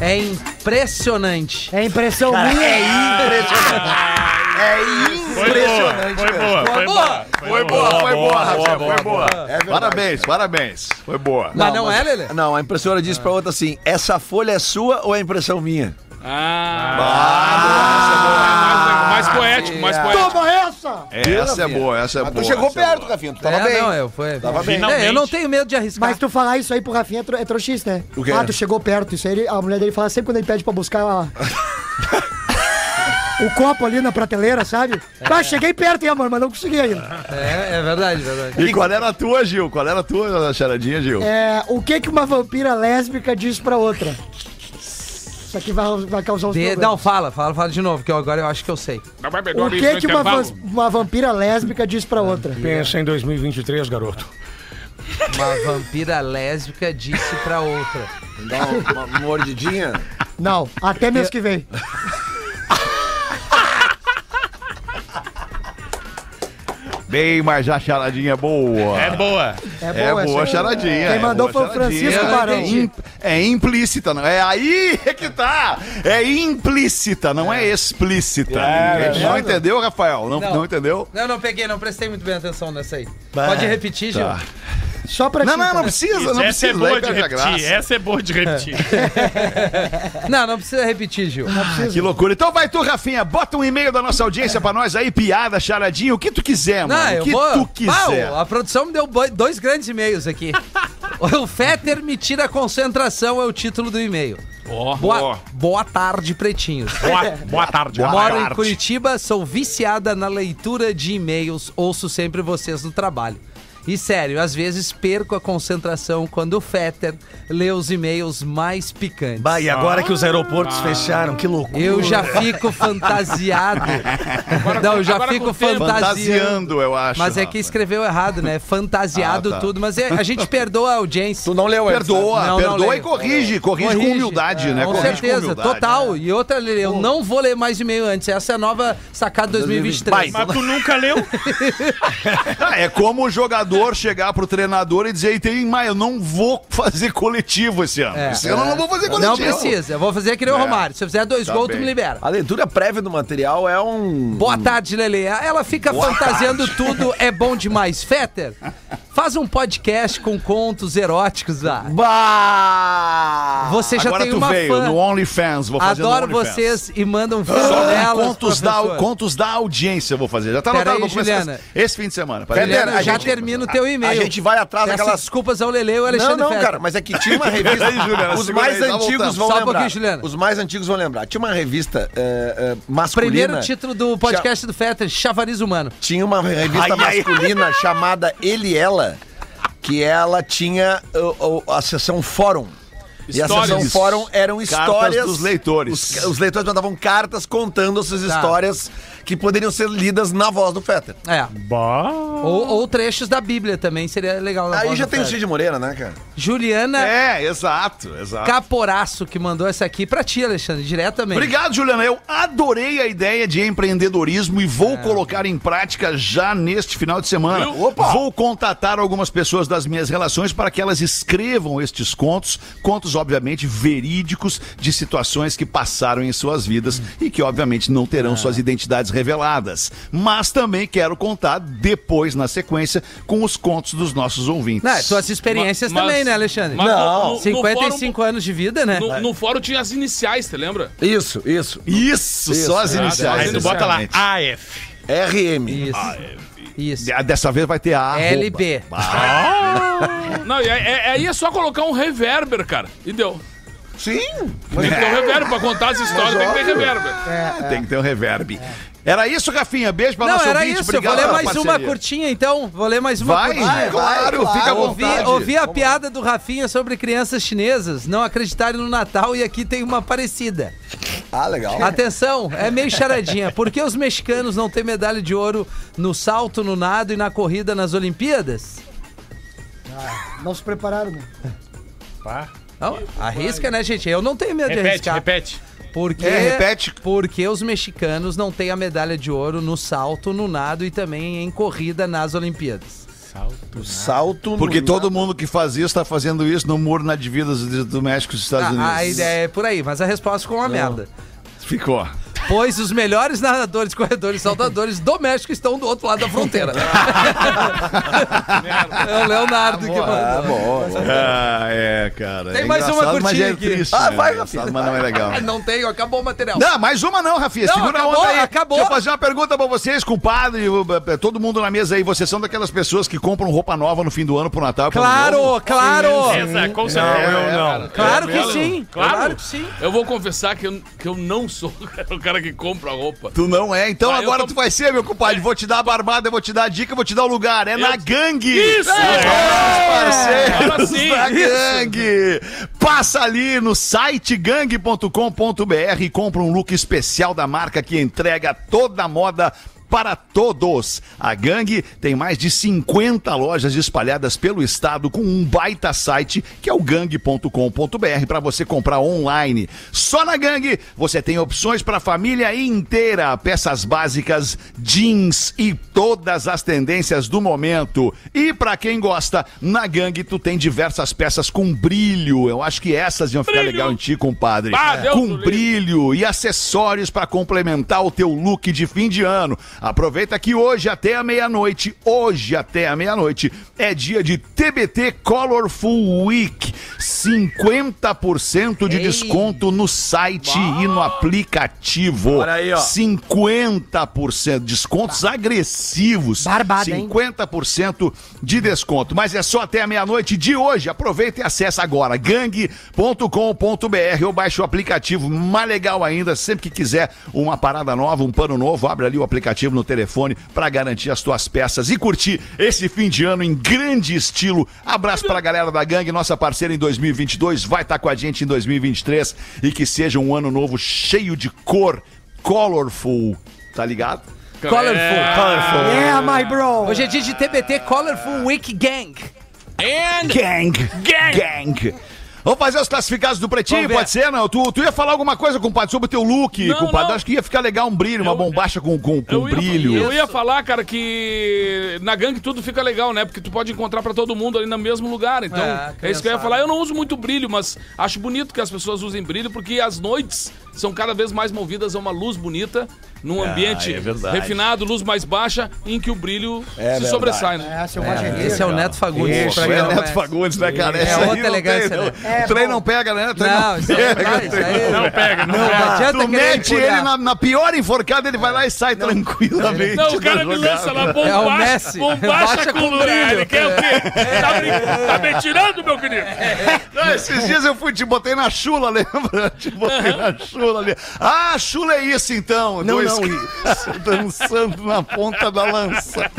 Speaker 8: É impressionante.
Speaker 9: É impressão
Speaker 8: Cara,
Speaker 9: minha.
Speaker 8: é
Speaker 10: impressionante. É impressionante.
Speaker 7: Foi boa,
Speaker 10: mesmo.
Speaker 7: foi boa.
Speaker 2: Foi boa, foi boa, Rafael, foi boa.
Speaker 10: É verdade.
Speaker 2: Parabéns, parabéns. Foi boa.
Speaker 8: é,
Speaker 10: mas- Não, a impressora disse pra outra assim: essa folha é sua ou é impressão minha?
Speaker 4: Ah, boa, essa boa. É mais, mais poético, mais poético.
Speaker 9: Toma essa! ó.
Speaker 2: Essa é boa, essa é
Speaker 10: Mas
Speaker 2: boa.
Speaker 10: Tu chegou
Speaker 2: essa é
Speaker 10: perto,
Speaker 2: boa.
Speaker 10: Rafinha. Tu tava tá bem.
Speaker 8: Não, eu fui.
Speaker 10: Tava bem.
Speaker 8: É, eu não tenho medo de arriscar.
Speaker 9: Mas tu falar isso aí pro Rafinha é, tro é trouxice, né?
Speaker 10: O quê?
Speaker 9: Ah, tu chegou perto. Isso aí ele- a mulher dele fala sempre quando ele pede pra buscar ela.
Speaker 10: *laughs*
Speaker 9: o copo ali na prateleira, sabe?
Speaker 10: É.
Speaker 9: Ah, cheguei perto, hein, amor, mas não consegui ainda.
Speaker 8: É, é verdade, verdade.
Speaker 2: E qual era a tua, Gil? Qual era a tua charadinha, Gil?
Speaker 9: É, o que que uma vampira lésbica diz pra outra? Isso aqui vai, vai causar uns
Speaker 8: De-
Speaker 9: problemas.
Speaker 10: um
Speaker 8: Não, fala, fala, fala de novo, que eu- agora eu acho que eu sei.
Speaker 9: O que que uma, vans- uma vampira lésbica diz pra outra?
Speaker 6: Pensa em 2023, garoto.
Speaker 8: Uma vampira lésbica disse pra outra.
Speaker 10: Dá uma, uma mordidinha.
Speaker 9: Não, até mês que vem.
Speaker 2: Bem, mas a charadinha é boa.
Speaker 7: É boa.
Speaker 2: É boa, a charadinha.
Speaker 9: Quem
Speaker 2: é
Speaker 9: mandou
Speaker 2: boa
Speaker 9: foi o
Speaker 2: charadinha.
Speaker 9: Francisco Barão.
Speaker 2: É im- É implícita, não. É aí é que tá. É implícita, não é explícita.
Speaker 8: É,
Speaker 2: A gente não
Speaker 8: verdade.
Speaker 2: entendeu, Rafael? Não, não entendeu?
Speaker 8: Não, não peguei, não prestei muito bem atenção nessa aí. Pode repetir, Gil?
Speaker 2: Tá.
Speaker 9: Só pra
Speaker 2: Não, não, não precisa,
Speaker 7: Isso,
Speaker 2: não
Speaker 7: essa
Speaker 2: precisa.
Speaker 7: é boa
Speaker 2: aí
Speaker 7: de
Speaker 2: perde a
Speaker 7: repetir.
Speaker 2: graça.
Speaker 7: Essa é boa de repetir.
Speaker 8: Não, não precisa repetir, Gil.
Speaker 2: Ah, que loucura. Então vai tu, Rafinha, bota um e-mail da nossa audiência pra nós aí, piada, charadinha, o que tu quiser, mano.
Speaker 8: Não,
Speaker 2: o
Speaker 8: eu
Speaker 2: que
Speaker 8: vou.
Speaker 2: tu quiser.
Speaker 8: Pau, a produção me deu boi- dois grandes
Speaker 2: *laughs*
Speaker 8: e-mails aqui. o Fetter me tira a concentração é o título do e-mail.
Speaker 4: Ó,
Speaker 8: Boa,
Speaker 4: ó.
Speaker 8: boa tarde, pretinhos.
Speaker 7: Boa, boa tarde.
Speaker 8: Moro
Speaker 7: boa
Speaker 8: em
Speaker 7: tarde.
Speaker 8: Curitiba, sou viciada na leitura de e-mails, ouço sempre vocês no trabalho. E sério, às vezes perco a concentração quando o Fetter lê os e-mails mais picantes.
Speaker 5: Bah, e agora
Speaker 4: Ah.
Speaker 5: que os aeroportos fecharam, que loucura.
Speaker 8: Eu já fico fantasiado. Não, eu já
Speaker 2: agora com
Speaker 8: fico
Speaker 2: o tempo.
Speaker 8: fantasiando.
Speaker 2: Fantasiando, eu acho,
Speaker 8: Mas é
Speaker 2: Rafa.
Speaker 8: que escreveu errado, né? Fantasiado
Speaker 2: Ah, tá.
Speaker 8: tudo. Mas é- a gente perdoa a audiência. Tu
Speaker 10: não leu
Speaker 2: Perdoa,
Speaker 8: Não, não
Speaker 2: perdoa
Speaker 8: leio. É,
Speaker 2: e corrige, corrige, com humildade, né?
Speaker 8: Com
Speaker 2: corrige
Speaker 8: certeza, total. E outra, eu não vou ler mais e-mail antes. Essa é a nova sacada 2023.
Speaker 7: Mas tu nunca leu?
Speaker 2: Ah, é como o jogador chegar pro treinador e dizer, tem, mas eu não vou fazer coletivo esse ano.
Speaker 8: É.
Speaker 2: esse ano eu não vou fazer coletivo.
Speaker 8: Não precisa, eu vou fazer que nem o
Speaker 2: É.
Speaker 8: Romário. Se eu fizer dois
Speaker 2: Tá
Speaker 8: gols,
Speaker 2: bem.
Speaker 8: tu me libera.
Speaker 10: A leitura prévia do material é um.
Speaker 8: Boa tarde, Lele. Ela fica
Speaker 10: Boa
Speaker 8: fantasiando tudo, é bom demais. Fetter, faz um podcast com contos eróticos lá.
Speaker 10: Bah!
Speaker 8: Você já
Speaker 2: Agora
Speaker 8: tem
Speaker 2: tu
Speaker 8: uma
Speaker 2: veio
Speaker 8: fã.
Speaker 2: no OnlyFans, vou fazer
Speaker 8: Adoro
Speaker 2: no OnlyFans. Ah,
Speaker 8: vocês e mandam
Speaker 2: Só
Speaker 8: delas.
Speaker 2: contos da, contos da audiência eu vou fazer. Já tá
Speaker 8: Pera
Speaker 2: anotado,
Speaker 8: aí,
Speaker 2: vou começar
Speaker 8: Juliana.
Speaker 2: esse- esse fim de semana. Peraí.
Speaker 8: Juliana,
Speaker 10: a
Speaker 8: já
Speaker 10: gente-
Speaker 8: termina o teu e-mail.
Speaker 10: a gente vai atrás
Speaker 8: Peço
Speaker 10: daquelas-
Speaker 8: desculpas ao Lele e ao Alexandre
Speaker 10: Não, não,
Speaker 8: Fetter.
Speaker 10: cara, mas é que tinha
Speaker 8: *laughs*
Speaker 10: uma revista.
Speaker 2: Peraí, Juliana,
Speaker 10: os
Speaker 2: segura aí,
Speaker 10: mais
Speaker 2: tá
Speaker 10: antigos
Speaker 2: voltando.
Speaker 10: vão
Speaker 8: Só um
Speaker 10: lembrar.
Speaker 8: pouquinho, Juliana.
Speaker 10: Os mais antigos vão lembrar. Tinha uma revista eh, eh, masculina.
Speaker 8: Primeiro título do podcast do Fetter, Chavariz Humano.
Speaker 10: Tinha uma revista
Speaker 8: Ai, ai.
Speaker 10: masculina
Speaker 8: *laughs*
Speaker 10: chamada Ele e Ela, que ela tinha o- o- a sessão Fórum. E a
Speaker 2: Histórias.
Speaker 10: sessão Fórum eram
Speaker 2: Cartas
Speaker 10: histórias.
Speaker 2: dos leitores.
Speaker 10: Os, os leitores mandavam cartas contando essas
Speaker 8: Tá.
Speaker 10: histórias que poderiam ser lidas na voz do Fetter.
Speaker 8: É. Ou, ou trechos da Bíblia também, seria legal. na
Speaker 10: Aí
Speaker 8: voz
Speaker 10: já
Speaker 8: do
Speaker 10: tem o
Speaker 8: Fetter.
Speaker 10: Cid Moreira, né, cara?
Speaker 8: Juliana
Speaker 2: É, exato, exato.
Speaker 8: Caporaço que mandou essa aqui pra ti, Alexandre, diretamente.
Speaker 2: Obrigado, Juliana. Eu adorei a ideia de empreendedorismo e vou colocar em prática já neste final de semana.
Speaker 10: Viu? Opa!
Speaker 2: Vou contatar algumas pessoas das minhas relações para que elas escrevam estes contos, contos obviamente verídicos de situações que passaram em suas vidas e que obviamente não terão suas identidades reveladas. Mas também quero contar depois na sequência com os contos dos nossos ouvintes.
Speaker 8: Não, é, suas Né, experiências
Speaker 4: Mas-
Speaker 8: também, né, Alexandre?
Speaker 4: mas Não. no- no
Speaker 8: 55 anos de vida, né?
Speaker 4: No, no fórum tinha as iniciais, você lembra?
Speaker 10: Isso, isso.
Speaker 2: Isso, só as
Speaker 4: Ah, tá.
Speaker 2: iniciais.
Speaker 7: Aí tu bota lá
Speaker 2: exatamente.
Speaker 7: AF.
Speaker 10: RM.
Speaker 8: Isso.
Speaker 4: Ah, é.
Speaker 8: Isso.
Speaker 2: Ah, Dessa vez vai ter a arroba.
Speaker 8: LB.
Speaker 4: Não, e aí- é- aí é só colocar um reverber, cara. E deu.
Speaker 10: Sim.
Speaker 4: Tem que ter um reverber pra contar as histórias, tem que ter reverber.
Speaker 2: Tem que ter um reverb. Era isso, Rafinha. Beijo pra
Speaker 8: Não,
Speaker 2: nossa
Speaker 8: era
Speaker 2: ouvinte.
Speaker 8: isso. Eu vou
Speaker 2: Obrigado
Speaker 8: ler
Speaker 2: pela
Speaker 8: mais uma
Speaker 2: parceria.
Speaker 8: curtinha, então. Vou ler mais uma
Speaker 2: Vai,
Speaker 8: curtinha.
Speaker 2: claro, fica à
Speaker 8: Ouvi,
Speaker 2: vontade.
Speaker 8: ouvi a piada do Rafinha sobre crianças chinesas não acreditarem no Natal e aqui tem uma parecida.
Speaker 10: Ah, legal.
Speaker 8: Atenção, é meio charadinha. Por que os mexicanos não têm medalha de ouro no salto, no nado e na corrida nas Olimpíadas?
Speaker 9: Não se prepararam, né?
Speaker 8: Não, arrisca, né, gente? Eu não tenho medo de
Speaker 7: Repete,
Speaker 8: arriscar.
Speaker 7: repete.
Speaker 8: Porque,
Speaker 2: É, repete.
Speaker 8: porque os mexicanos não têm a medalha de ouro no salto, no nado e também em corrida nas Olimpíadas.
Speaker 10: O salto. no-
Speaker 2: Porque todo mundo que faz isso tá fazendo isso no muro na divisa do México e dos Estados
Speaker 8: Ah,
Speaker 2: Unidos.
Speaker 8: a ideia é por aí, mas a resposta ficou uma merda.
Speaker 2: Ficou.
Speaker 8: pois os melhores nadadores, corredores e saltadores do México estão do outro lado da fronteira. é o Leonardo que mandou.
Speaker 2: Ah, é, cara.
Speaker 8: Tem
Speaker 2: É
Speaker 8: mais uma
Speaker 2: engraçado, mas
Speaker 8: curtinha
Speaker 2: é
Speaker 8: aqui.
Speaker 2: triste,
Speaker 10: Ah,
Speaker 2: né? É engraçado, Mas não é legal.
Speaker 8: Ah, Não tenho, acabou o material.
Speaker 2: Não, mais uma não, Rafinha.
Speaker 8: Não,
Speaker 2: Segura
Speaker 8: acabou,
Speaker 2: a onda aí.
Speaker 8: acabou.
Speaker 2: Deixa eu fazer uma pergunta pra vocês, compadre, o- eh, todo mundo na mesa aí. Vocês são daquelas pessoas que compram roupa nova no fim do ano pro Natal? e pro Ano
Speaker 8: Claro,
Speaker 2: Novo?
Speaker 8: claro.
Speaker 4: Essa, com
Speaker 2: Não,
Speaker 4: certeza.
Speaker 7: É,
Speaker 2: eu não.
Speaker 8: Claro
Speaker 4: Eu
Speaker 8: que
Speaker 4: mesmo.
Speaker 8: sim,
Speaker 4: Claro. É.
Speaker 8: claro que sim.
Speaker 4: Eu vou confessar que eu, que eu não sou *laughs* o cara que compra roupa.
Speaker 2: Tu não é, então
Speaker 4: Ah, eu
Speaker 2: agora
Speaker 4: tô- É.
Speaker 2: tu vai ser, meu compadre. Vou te dar a barbada, eu vou te dar a dica, eu vou te dar o lugar. É na gangue!
Speaker 4: Isso!
Speaker 2: É,
Speaker 4: É! Agora
Speaker 2: parceiros
Speaker 4: sim!
Speaker 2: da
Speaker 4: Isso!
Speaker 2: gangue! Passa ali no site gangue.com.br e compra um look especial da marca que entrega toda a moda para todos. A Gangue tem mais de 50 lojas espalhadas pelo estado com um baita site que é o gangue.com.br para você comprar online. Só na Gangue você tem opções para a família inteira, peças básicas, jeans e todas as tendências do momento. E para quem gosta, na Gangue tu tem diversas peças com brilho. Eu acho que essas iam ficar legal em ti, compadre.
Speaker 4: Ah, Deus
Speaker 2: com
Speaker 4: do livre.
Speaker 2: brilho e acessórios para complementar o teu look de fim de ano. Aproveita que hoje até a meia-noite, hoje até a meia-noite, é dia de TBT Colorful Week. 50% de
Speaker 13: Ei.
Speaker 2: desconto no site e no aplicativo.
Speaker 13: Olha aí, ó.
Speaker 2: 50% descontos agressivos.
Speaker 9: Tá. Barbada, hein?
Speaker 2: 50% de desconto. Mas é só até a meia-noite de hoje. Aproveita e acessa agora gangue.com.br ou baixa o aplicativo. Mais legal ainda, sempre que quiser uma parada nova, um pano novo, abre ali o aplicativo no telefone para garantir as tuas peças e curtir esse fim de ano em grande estilo. Abraço pra galera da gangue, nossa parceira em 2022, vai estar com a gente em 2023 e que seja um ano novo cheio de cor, colorful, tá ligado?
Speaker 8: Colorful.
Speaker 4: É.
Speaker 2: Colorful.
Speaker 9: Yeah, my bro.
Speaker 8: Hoje é dia de TBT Colorful Week Gang.
Speaker 2: Gang. Gang. Vamos fazer os classificados do Pretinho,
Speaker 8: Vamos ver.
Speaker 2: pode ser? Não, tu, tu ia falar alguma coisa, compadre, sobre o teu look,
Speaker 4: Não,
Speaker 2: compadre.
Speaker 4: não.
Speaker 2: Acho que ia ficar legal um brilho, uma bombacha com, com, com
Speaker 4: Eu ia-
Speaker 2: brilho.
Speaker 4: Eu ia falar, cara, que na gangue tudo fica legal, né? Porque tu pode encontrar pra todo mundo ali no mesmo lugar. Então,
Speaker 8: É,
Speaker 4: é, isso que eu ia falar. Eu não uso muito brilho, mas acho bonito que as pessoas usem brilho, porque as noites são cada vez mais movidas a uma luz bonita, num
Speaker 2: Ah,
Speaker 4: ambiente
Speaker 2: é verdade.
Speaker 4: refinado, luz mais baixa, em que o brilho
Speaker 2: É
Speaker 4: se
Speaker 2: verdade.
Speaker 4: sobressai, né?
Speaker 8: É, esse é o Neto Fagundes.
Speaker 2: Isso,
Speaker 8: Pra
Speaker 2: é
Speaker 8: quem não
Speaker 2: Neto
Speaker 8: conhece.
Speaker 2: Fagundes, né, cara?
Speaker 8: É
Speaker 2: Essa aí
Speaker 8: outra
Speaker 2: não
Speaker 8: elegância,
Speaker 2: tem, não.
Speaker 8: né?
Speaker 2: O
Speaker 4: É
Speaker 2: trem não pega, né? O trem não, *laughs*
Speaker 8: Não, isso aí
Speaker 2: pega,
Speaker 8: não,
Speaker 2: o trem
Speaker 8: isso aí- é Não pega, não pega.
Speaker 2: dá.
Speaker 8: Adianta
Speaker 2: Tu
Speaker 8: querer
Speaker 2: mete
Speaker 8: empurrar.
Speaker 2: ele na, na pior enforcada, ele vai lá e sai tranquilamente.
Speaker 4: Não, o cara
Speaker 2: da
Speaker 4: me
Speaker 2: jogada.
Speaker 4: lança lá,
Speaker 8: É o
Speaker 4: bombacha,
Speaker 8: Messi.
Speaker 4: bombacha
Speaker 8: Baixa
Speaker 4: com
Speaker 8: com
Speaker 4: lura.
Speaker 8: brilho. É.
Speaker 4: Ele quer o quê? Tá, brin- tá me tirando, meu querido?
Speaker 2: Não,
Speaker 1: É.
Speaker 2: esses dias eu fui, te botei na chula, *laughs* lembra? Te botei na chula ali. Ah, chula é isso então.
Speaker 1: Não,
Speaker 2: Dois
Speaker 1: não,
Speaker 2: caras *laughs* dançando na ponta da lança.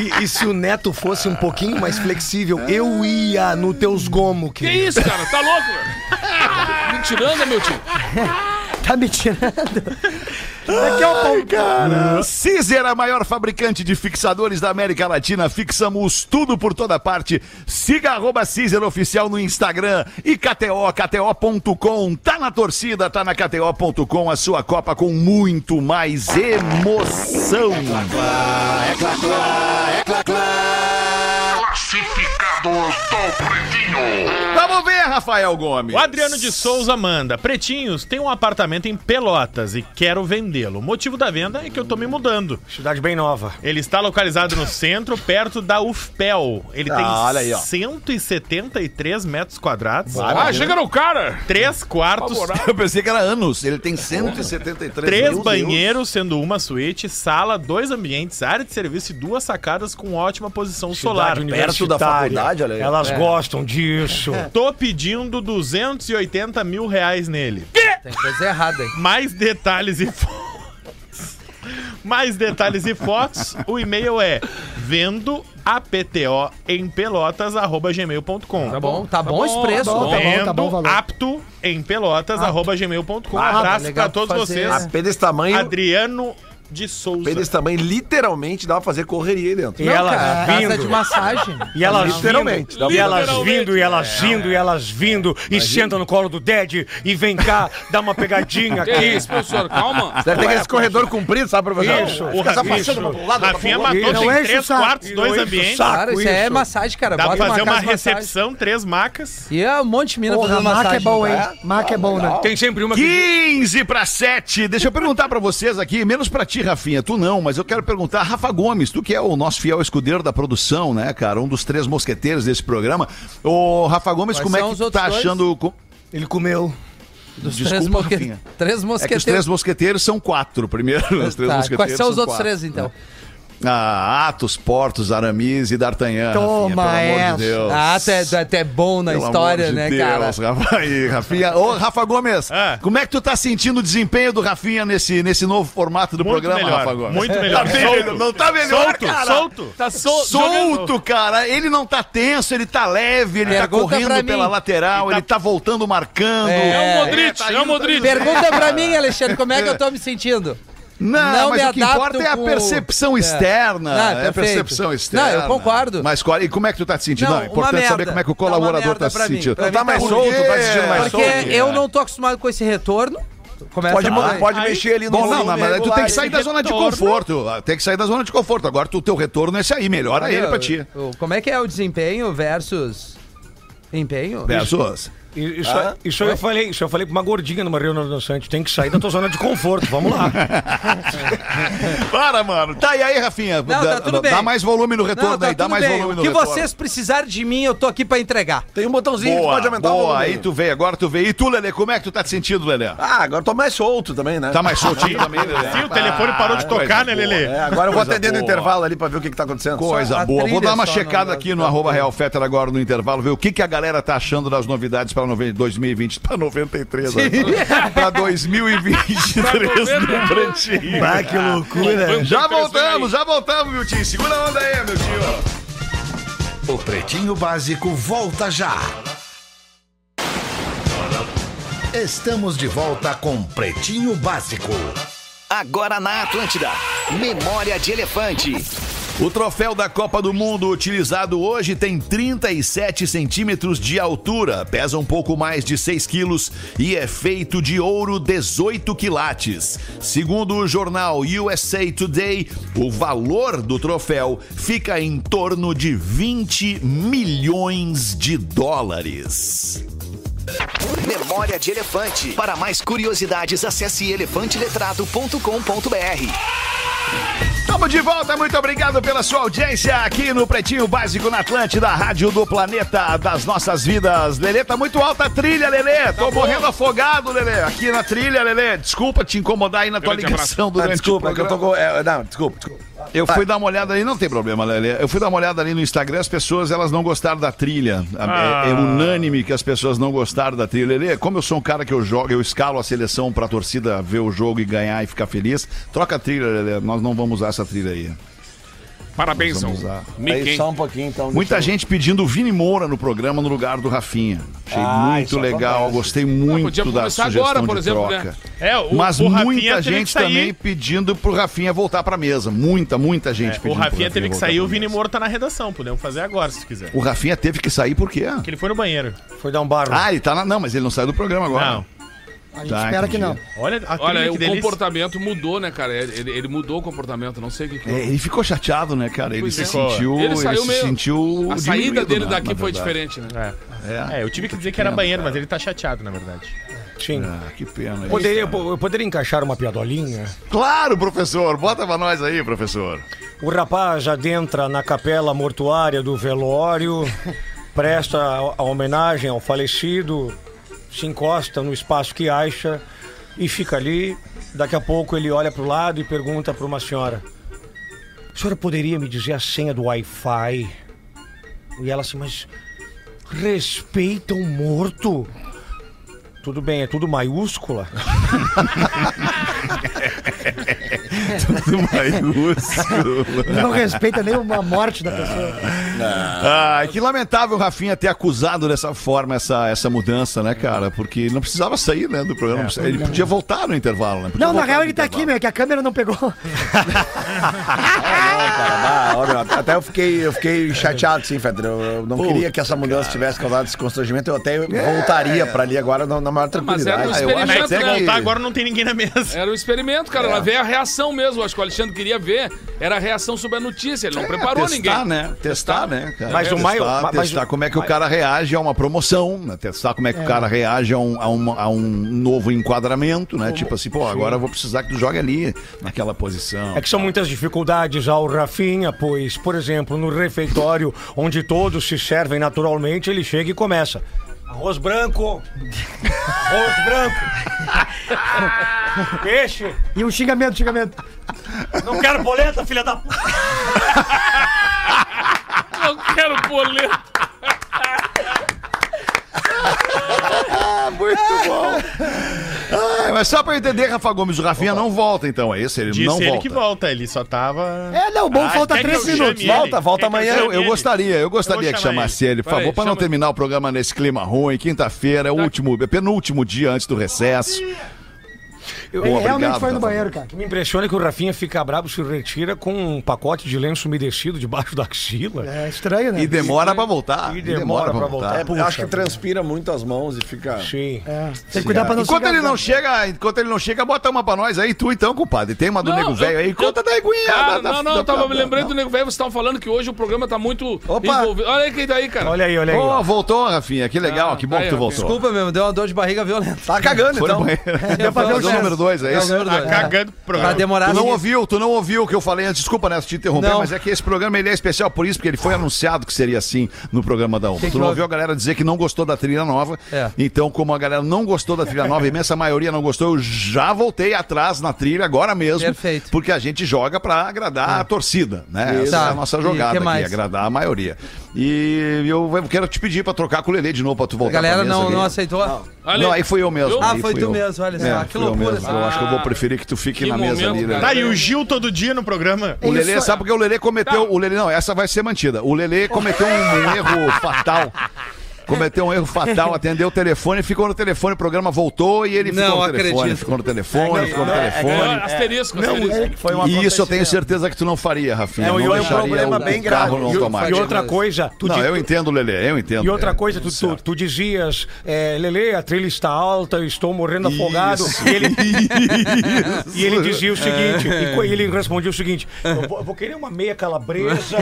Speaker 5: E, e se o Neto fosse um pouquinho mais flexível, eu ia no teus gomo,
Speaker 4: Que
Speaker 5: querido.
Speaker 4: isso, cara? Tá louco? velho? Me tirando, meu tio.
Speaker 9: Tá me tirando.
Speaker 2: Aqui é o pão. cara. Cizer, é a maior fabricante de fixadores da América Latina. Fixamos tudo por toda parte. Siga arroba Cizer Oficial no Instagram e KTO, KTO.com. Tá na torcida, tá na KTO.com. A sua Copa com muito mais emoção.
Speaker 14: É Classificados do Pretinho.
Speaker 2: Vamos ver, Rafael Gomes.
Speaker 7: O Adriano de Souza manda: Pretinhos, tem um apartamento em Pelotas e quero vendê-lo. O motivo da venda é que eu tô me mudando.
Speaker 6: Cidade bem nova.
Speaker 7: Ele está localizado no centro, perto da UFPEL. Ele
Speaker 4: Ah,
Speaker 7: tem
Speaker 4: olha aí, ó.
Speaker 7: 173 metros quadrados.
Speaker 4: Ah, chega no cara.
Speaker 7: Três quartos.
Speaker 4: Favorável.
Speaker 2: Eu pensei que era anos. Ele tem 173
Speaker 7: Três
Speaker 2: Meu Deus.
Speaker 7: banheiros, sendo uma suíte, sala, dois ambientes, área de serviço e duas sacadas com ótima posição solar.
Speaker 10: perto da faculdade, olha aí.
Speaker 6: Elas
Speaker 10: É.
Speaker 4: *laughs*
Speaker 6: gostam disso.
Speaker 7: Tô pedindo 280 mil reais nele.
Speaker 8: Tem coisa errada, hein?
Speaker 7: Mais detalhes e fotos. Mais detalhes e fotos, o e-mail é vendo apto em pelotas arroba gmail.com.
Speaker 8: Tá bom, tá bom esse preço.
Speaker 7: Tá bom,
Speaker 8: Tá bom, tá bom o
Speaker 7: Vendo
Speaker 8: valor.
Speaker 7: apto em pelotas arroba gmail.com. Um
Speaker 8: Ah,
Speaker 7: abraço
Speaker 8: legal
Speaker 7: pra todos
Speaker 8: fazer-
Speaker 7: vocês.
Speaker 10: Apenas tamanho.
Speaker 7: Adriano de Souza.
Speaker 10: Eles também literalmente dava pra fazer correria aí dentro.
Speaker 6: E elas
Speaker 8: é
Speaker 6: vindo. E elas
Speaker 10: Tá literalmente. É.
Speaker 6: vindo,
Speaker 10: dava
Speaker 6: e
Speaker 10: pra-
Speaker 6: elas vindo, e elas vindo, e elas vindo, e senta no colo do Ded, e vem cá, dá uma pegadinha
Speaker 10: *laughs* Que
Speaker 6: aqui.
Speaker 8: É.
Speaker 10: isso, professor, calma. Deve ter aqueles corredor comprido, sabe, professor?
Speaker 6: Isso,
Speaker 10: Fica só passando pra um lado, pra
Speaker 7: Rafinha
Speaker 10: outro.
Speaker 7: matou,
Speaker 10: Não
Speaker 7: tem
Speaker 10: enche
Speaker 2: é
Speaker 10: o
Speaker 7: três
Speaker 10: saco.
Speaker 7: quartos, dois
Speaker 10: Não enche o
Speaker 7: ambientes.
Speaker 10: saco, Cara,
Speaker 8: isso aí é massagem, cara.
Speaker 7: Ah, Dá pra
Speaker 8: Bota uma
Speaker 7: fazer uma,
Speaker 8: casa de massagem.
Speaker 7: recepção, três macas.
Speaker 8: E a um monte de mina
Speaker 9: Porra,
Speaker 8: fazendo
Speaker 9: maca
Speaker 8: massagem. tá?
Speaker 9: é bom, hein?
Speaker 2: tá?
Speaker 9: Maca é bom, né?
Speaker 7: Tem sempre uma
Speaker 2: 15 para 7. Deixa eu perguntar para vocês aqui, menos para ti, Rafinha, tu não, mas eu quero perguntar Rafa Gomes, tu que é o nosso fiel escudeiro da produção, né, cara, um dos três mosqueteiros desse programa. Ô, Rafa Gomes,
Speaker 8: Quais
Speaker 2: como é
Speaker 8: são
Speaker 2: que
Speaker 8: os
Speaker 2: tu tá
Speaker 8: outros dois?
Speaker 2: achando co-
Speaker 5: Ele comeu.
Speaker 8: Dos três,
Speaker 2: Desculpa,
Speaker 8: mosque...
Speaker 2: Rafinha.
Speaker 8: três
Speaker 2: É que os
Speaker 8: mosqueteiros.
Speaker 2: três mosqueteiros são quatro,
Speaker 8: *laughs*
Speaker 2: primeiro. Os três
Speaker 8: Tá,
Speaker 2: mosqueteiros
Speaker 8: Quais são os
Speaker 2: são
Speaker 8: outros
Speaker 2: quatro,
Speaker 8: três, então?
Speaker 2: né? Ah, Atos, Portos, Aramis e D'Artagnan.
Speaker 8: Toma
Speaker 2: Rafinha, pelo amor
Speaker 8: essa.
Speaker 2: de Deus.
Speaker 8: Ah, tu é, tu é- tu é bom na
Speaker 2: Pelo
Speaker 8: história,
Speaker 2: amor de
Speaker 8: né,
Speaker 2: Deus,
Speaker 8: cara?
Speaker 2: Rafa, *laughs* aí, Rafinha. Ô, Rafa Gomes, como é que tu tá sentindo o desempenho do Rafinha nesse, nesse novo formato do programa,
Speaker 7: melhor,
Speaker 2: Rafa Gomes?
Speaker 7: muito melhor.
Speaker 2: Tá melhor,
Speaker 7: Solto.
Speaker 2: não tá melhor,
Speaker 7: Solto,
Speaker 2: cara.
Speaker 7: solto.
Speaker 2: Tá
Speaker 7: Tá
Speaker 2: solto,
Speaker 7: sol-
Speaker 2: solto
Speaker 7: jogando.
Speaker 2: cara. Ele não tá tenso, ele tá leve, ele
Speaker 8: Pergunta
Speaker 2: tá
Speaker 8: pra
Speaker 2: correndo
Speaker 8: mim.
Speaker 2: pela lateral, ele tá voltando marcando.
Speaker 9: um
Speaker 8: É. É o
Speaker 4: Modric,
Speaker 2: tá
Speaker 4: é o
Speaker 2: indo, tá
Speaker 4: Modric.
Speaker 2: indo.
Speaker 8: Pergunta pra
Speaker 2: *laughs*
Speaker 8: mim, Alexandre, como é que eu tô me sentindo?
Speaker 2: Não, mas o que
Speaker 8: adapto
Speaker 2: importa é a
Speaker 8: com-
Speaker 2: percepção
Speaker 8: É.
Speaker 2: externa.
Speaker 8: Não,
Speaker 2: é a
Speaker 8: perfeito.
Speaker 2: percepção externa.
Speaker 8: Não, eu concordo.
Speaker 2: Mas qual- e como é que tu tá te sentindo? Não, é
Speaker 8: uma
Speaker 2: importante saber
Speaker 8: merda.
Speaker 2: como é que o
Speaker 8: Tá uma
Speaker 2: colaborador tá
Speaker 8: merda pra
Speaker 2: se
Speaker 8: mim.
Speaker 2: sentindo.
Speaker 8: Pra mim
Speaker 10: tá mais
Speaker 2: Por
Speaker 10: solto,
Speaker 2: quê?
Speaker 10: tá se sentindo mais
Speaker 8: Porque
Speaker 10: solto.
Speaker 8: eu não tô acostumado com esse retorno. Começa
Speaker 10: Pode
Speaker 8: a-
Speaker 10: mudar, pode mexer ali no
Speaker 2: Bom, não,
Speaker 10: volume
Speaker 2: mas tu tem
Speaker 10: regular,
Speaker 2: que sair
Speaker 10: esse
Speaker 2: da zona de
Speaker 10: retorno.
Speaker 2: conforto. Ah, Tem que sair da zona de conforto. Agora o teu retorno é esse aí. Melhora
Speaker 8: Olha,
Speaker 2: ele pra ti.
Speaker 8: o- o- Como é que é o desempenho versus. Empenho?
Speaker 2: Versus.
Speaker 6: I- Isso,
Speaker 8: Ah,
Speaker 6: isso, eu falei, isso eu falei pra uma gordinha numa reunião do Santos. Tem que sair da tua zona de conforto,
Speaker 10: *laughs*
Speaker 6: vamos lá.
Speaker 2: Para, mano. Tá, e aí, Rafinha?
Speaker 8: Não,
Speaker 2: dá,
Speaker 8: tá tudo bem.
Speaker 2: dá mais volume no retorno
Speaker 8: Não, tá
Speaker 2: aí. Dá
Speaker 8: tudo
Speaker 2: mais
Speaker 8: bem.
Speaker 2: volume no
Speaker 8: O que
Speaker 2: retorno.
Speaker 8: vocês precisarem de mim, eu tô aqui pra entregar.
Speaker 10: Tem um botãozinho que
Speaker 2: Boa,
Speaker 10: pode aumentar o
Speaker 2: boa.
Speaker 10: volume.
Speaker 2: Aí tu vê, agora tu vê. E tu, Lelê, como é que tu tá te sentindo, Lelê?
Speaker 10: Ah, agora eu tô mais solto também, né?
Speaker 2: Tá mais soltinho também, Lelê?
Speaker 7: Sim, o telefone parou de
Speaker 2: Ah, coisa
Speaker 7: tocar, né,
Speaker 2: boa.
Speaker 7: Lelê?
Speaker 10: É, agora eu vou
Speaker 2: Coisa
Speaker 10: atender no
Speaker 2: boa.
Speaker 10: intervalo ali pra ver o que, que tá acontecendo.
Speaker 2: Coisa
Speaker 10: Só-
Speaker 2: boa. Vou dar uma
Speaker 10: só não-
Speaker 2: checada aqui no arroba Real Fetter agora no intervalo, ver o que, que a galera tá achando das novidades para 2020, para 93, para 2023 no Pretinho.
Speaker 10: Bah, que
Speaker 4: né?
Speaker 10: loucura.
Speaker 2: Já voltamos, já voltamos, meu tio. Segura a onda aí, meu tio.
Speaker 1: O Pretinho Básico volta já. Estamos de volta com Pretinho Básico.
Speaker 15: Agora na Atlântida, Memória de Elefante.
Speaker 2: O troféu da Copa do Mundo utilizado hoje tem 37 centímetros de altura, pesa um pouco mais de 6 quilos e é feito de ouro 18 quilates. Segundo o jornal USA Today, o valor do troféu fica em torno de 20 milhões de dólares.
Speaker 15: Memória de Elefante. Para mais curiosidades, acesse elefanteletrado.com.br.
Speaker 2: Estamos de volta, muito obrigado pela sua audiência aqui no Pretinho Básico na Atlântida, Rádio do Planeta das Nossas Vidas. Lelê, tá muito alta a trilha,
Speaker 10: Tá
Speaker 2: Lelê. Tô morrendo afogado, Lelê. Aqui na trilha, Lelê. Desculpa te incomodar aí na tua
Speaker 10: te abraço.
Speaker 2: ligação
Speaker 10: Ah,
Speaker 2: durante
Speaker 10: desculpa,
Speaker 2: o
Speaker 10: é que eu tô
Speaker 2: programa.
Speaker 10: com. é, não, desculpa, desculpa. Ah,
Speaker 2: Eu fui dar uma olhada ali, não tem problema, Lelê. Eu fui dar uma olhada ali no Instagram, as pessoas elas não gostaram da trilha. A- É, é
Speaker 7: Ah.
Speaker 2: unânime que as pessoas não gostaram da trilha. Lelê, como eu sou um cara que eu jogo, eu escalo a seleção pra torcida ver o jogo e ganhar e ficar feliz, troca a trilha, Lelê. Nós não vamos usar essa trilha aí.
Speaker 4: Parabéns,
Speaker 2: Vamos lá.
Speaker 10: Aí só um pouquinho, então.
Speaker 2: Muita
Speaker 10: deixa eu-
Speaker 2: gente pedindo o Vini Moura no programa no lugar do Rafinha. Achei
Speaker 4: Ah,
Speaker 2: muito legal, gostei muito
Speaker 4: é podia
Speaker 2: da
Speaker 4: começar
Speaker 2: sugestão
Speaker 4: agora,
Speaker 2: de
Speaker 4: por exemplo,
Speaker 2: troca.
Speaker 4: né? É, o-
Speaker 2: Mas
Speaker 7: o Rafinha
Speaker 2: muita
Speaker 7: teve que
Speaker 2: gente
Speaker 7: sair.
Speaker 2: também pedindo pro Rafinha voltar pra mesa. Muita, muita
Speaker 4: É,
Speaker 2: gente
Speaker 7: É, O
Speaker 2: pedindo pro
Speaker 7: Rafinha teve que
Speaker 2: voltar
Speaker 7: sair,
Speaker 2: pra
Speaker 7: o Vini Moro tá na redação. Podemos fazer agora, se quiser.
Speaker 2: mesa. O Rafinha teve que sair por quê?
Speaker 7: Que ele foi no banheiro.
Speaker 6: Foi dar um barro.
Speaker 2: Ah, ele tá na... Não, mas ele não sai do programa agora. Tá, Não. A gente
Speaker 9: espera que não.
Speaker 7: Olha, a
Speaker 4: Olha,
Speaker 7: trilha
Speaker 4: o
Speaker 7: que delícia.
Speaker 4: comportamento mudou, né, cara? Ele, ele- ele mudou o comportamento, não sei o que, que
Speaker 2: É, ele ficou chateado, né, cara? Ele
Speaker 4: Pois
Speaker 2: se
Speaker 4: é.
Speaker 2: sentiu.
Speaker 4: Ele
Speaker 2: Ele,
Speaker 4: saiu
Speaker 2: se
Speaker 4: meio-
Speaker 2: sentiu.
Speaker 4: A saída
Speaker 2: diminuído,
Speaker 4: dele
Speaker 2: né,
Speaker 4: daqui
Speaker 2: na
Speaker 4: foi
Speaker 2: verdade.
Speaker 4: diferente, né?
Speaker 2: É.
Speaker 7: É, eu tive que dizer que era banheiro, mas ele tá chateado, na verdade.
Speaker 6: Sim.
Speaker 2: Ah, que pena.
Speaker 6: Poderia, eu poderia encaixar uma piadolinha?
Speaker 2: Claro, professor. Bota pra nós aí, professor.
Speaker 6: O rapaz adentra na capela mortuária do velório, presta a a homenagem ao falecido, se encosta no espaço que acha e fica ali. Daqui a pouco ele olha para o lado e pergunta para uma senhora: A senhora poderia me dizer a senha do Wi-Fi? E ela assim, mas respeita o morto? Tudo bem, é tudo maiúscula.
Speaker 2: maiúsculo.
Speaker 9: Não respeita nem uma morte da pessoa.
Speaker 2: Ah, que lamentável o Rafinha ter acusado dessa forma essa, essa mudança, né, cara? Porque não precisava sair, né, do programa. ele podia voltar no intervalo, né? Podia
Speaker 9: Não, na
Speaker 2: voltar
Speaker 9: real
Speaker 2: no
Speaker 9: ele tá aqui, meu, é que a câmera não pegou.
Speaker 10: Ah, olha, até eu fiquei, eu fiquei chateado, sim, Fedra. Eu, eu não
Speaker 4: Puta,
Speaker 10: queria que essa mudança tivesse causado esse constrangimento. Eu até voltaria pra ali agora na, na maior
Speaker 4: Mas era
Speaker 10: tranquilidade.
Speaker 4: um experimento,
Speaker 10: Ah, até
Speaker 4: né?
Speaker 10: que-
Speaker 7: não tem ninguém
Speaker 4: *laughs*
Speaker 7: na mesa.
Speaker 4: Era um experimento, cara.
Speaker 2: É.
Speaker 4: Ela veio a reação mesmo. Acho que o Alexandre queria ver. Era a reação sobre a notícia. Ele não preparou
Speaker 2: É, testar,
Speaker 4: ninguém.
Speaker 2: né? Testar, né, cara?
Speaker 4: Mas o
Speaker 2: testar,
Speaker 4: maior- ma- mas
Speaker 2: Testar
Speaker 4: o-
Speaker 2: como é que o cara reage a uma promoção, né? Testar como é que o
Speaker 4: É.
Speaker 2: cara reage a um, a um, a um novo enquadramento, né? Tipo assim, pô, agora eu vou precisar que tu jogue ali, naquela posição.
Speaker 6: É que são muitas dificuldades ao Rafinha, pois, por exemplo, no refeitório onde todos se servem naturalmente, ele chega e começa. Arroz branco, arroz branco, peixe.
Speaker 9: E um xingamento, xingamento.
Speaker 6: Não quero boleta, filha da puta.
Speaker 4: Não quero boleto.
Speaker 2: *laughs* Muito bom. Ah, mas só pra eu entender, Rafa Gomes, o Rafinha não volta, então, é esse? Ele
Speaker 7: Disse
Speaker 2: não
Speaker 7: ele
Speaker 2: volta.
Speaker 7: que volta, ele só tava.
Speaker 2: É, um não, bom,
Speaker 9: Tá
Speaker 2: falta
Speaker 7: quer que
Speaker 2: três
Speaker 7: eu chame
Speaker 2: minutos.
Speaker 7: ele?
Speaker 2: Volta, volta
Speaker 7: Quer que
Speaker 2: amanhã.
Speaker 7: chame
Speaker 2: Eu- eu
Speaker 7: ele?
Speaker 2: gostaria, eu gostaria
Speaker 7: vou
Speaker 2: que
Speaker 7: chamar
Speaker 2: chamasse ele, por
Speaker 7: Peraí,
Speaker 2: favor, pra não
Speaker 7: chama
Speaker 2: terminar o programa nesse clima ruim. Quinta-feira é o último, é penúltimo dia antes do recesso.
Speaker 6: Eu,
Speaker 2: Ele realmente Obrigado, foi no Rafa.
Speaker 9: banheiro, cara.
Speaker 6: Me impressiona que o Rafinha fica brabo se retira com um pacote de lenço umedecido debaixo da axila.
Speaker 9: É estranho, né?
Speaker 2: E demora pra voltar.
Speaker 6: E demora pra voltar.
Speaker 10: É, acho que transpira muito as mãos e fica.
Speaker 6: Sim.
Speaker 9: Tem que cuidar pra não
Speaker 2: enquanto
Speaker 9: chegar
Speaker 2: ele não
Speaker 9: junto.
Speaker 2: chega, enquanto ele não chega, bota uma pra nós aí, tu então, compadre. Tem uma do nego velho aí, conta da eguinha.
Speaker 4: Cara,
Speaker 2: da- da-
Speaker 4: Ah, não, não,
Speaker 2: da-
Speaker 4: eu tava
Speaker 2: da-
Speaker 4: me lembrando do Nego Velho, vocês estavam falando que hoje o programa tá muito envolvido. Olha aí quem tá aí, cara.
Speaker 6: Olha aí, olha aí.
Speaker 2: Ó, voltou, Rafinha, que legal, que bom
Speaker 4: tá
Speaker 2: que
Speaker 4: aí,
Speaker 2: tu
Speaker 4: Rafinha.
Speaker 2: voltou.
Speaker 8: Desculpa mesmo, deu uma dor de barriga violenta.
Speaker 10: Tá cagando,
Speaker 2: Foi no banheiro.
Speaker 8: *laughs*
Speaker 2: Deu pra ver o número 2, é
Speaker 8: É o
Speaker 2: isso?
Speaker 8: número dois, Tá é. cagando pro programa. Pra demorar
Speaker 2: Tu não
Speaker 8: assim.
Speaker 2: ouviu, tu não ouviu o que eu falei antes. Desculpa, né, te interromper,
Speaker 8: Não.
Speaker 2: mas é que esse programa ele é especial por isso, porque ele foi anunciado que seria assim no programa da
Speaker 8: Que
Speaker 2: Uma.
Speaker 8: que
Speaker 2: Tu não
Speaker 8: houve?
Speaker 2: ouviu a galera dizer que não gostou da trilha nova.
Speaker 8: É.
Speaker 2: Então, como a galera não gostou da trilha nova, a imensa maioria não gostou, eu já voltei atrás na trilha agora mesmo.
Speaker 8: Perfeito. É.
Speaker 2: Porque a gente joga pra agradar a torcida, né?
Speaker 8: Isso.
Speaker 2: Essa é
Speaker 8: Tá.
Speaker 2: a nossa
Speaker 8: E
Speaker 2: jogada
Speaker 8: que
Speaker 2: aqui,
Speaker 8: mais?
Speaker 2: agradar a maioria. E eu quero te pedir pra trocar com o Lelê de novo, pra tu voltar
Speaker 8: A galera
Speaker 2: pra mesa
Speaker 8: não,
Speaker 2: aqui.
Speaker 8: não aceitou?
Speaker 2: Não, aí foi eu mesmo.
Speaker 8: Ah,
Speaker 2: aí
Speaker 8: foi
Speaker 2: fui
Speaker 8: tu
Speaker 2: eu.
Speaker 8: mesmo, olha só.
Speaker 2: É,
Speaker 8: que
Speaker 2: fui eu
Speaker 8: loucura.
Speaker 2: mesmo. Eu acho que eu vou preferir que tu fique na mesa ali, né?
Speaker 7: Tá, e o Gil todo dia no programa.
Speaker 2: O
Speaker 6: é-
Speaker 2: Lelê, sabe porque o Lelê cometeu. O Lelê, não, essa vai ser mantida. O Lelê cometeu um
Speaker 6: *laughs*
Speaker 2: erro fatal. Cometeu um erro fatal, atendeu o telefone, ficou no telefone, o programa voltou e ele ficou
Speaker 8: Não
Speaker 2: no telefone.
Speaker 8: acredito.
Speaker 2: Ficou no
Speaker 6: É,
Speaker 2: telefone, ficou no telefone.
Speaker 4: Asterisco,
Speaker 2: É. Não,
Speaker 4: asterisco.
Speaker 2: foi uma e isso eu tenho certeza que tu não faria, Rafinha.
Speaker 6: um É,
Speaker 2: não
Speaker 6: e é um
Speaker 2: deixaria
Speaker 6: problema
Speaker 2: o,
Speaker 6: bem
Speaker 2: o carro
Speaker 6: grave.
Speaker 2: no
Speaker 6: E- e
Speaker 2: automático.
Speaker 6: outra coisa, tu
Speaker 2: não,
Speaker 6: diz-
Speaker 2: eu entendo, Lelê, eu entendo.
Speaker 6: E outra
Speaker 2: É.
Speaker 6: coisa, tu, tu, tu dizias, é, Lele, a trilha está alta, eu estou morrendo
Speaker 2: Isso.
Speaker 6: afogado. E
Speaker 2: *laughs*
Speaker 6: ele,
Speaker 2: Isso.
Speaker 6: e ele dizia o seguinte,
Speaker 2: É.
Speaker 6: e co- e ele respondia o seguinte,
Speaker 5: É.
Speaker 6: eu vou, eu vou querer uma meia calabresa.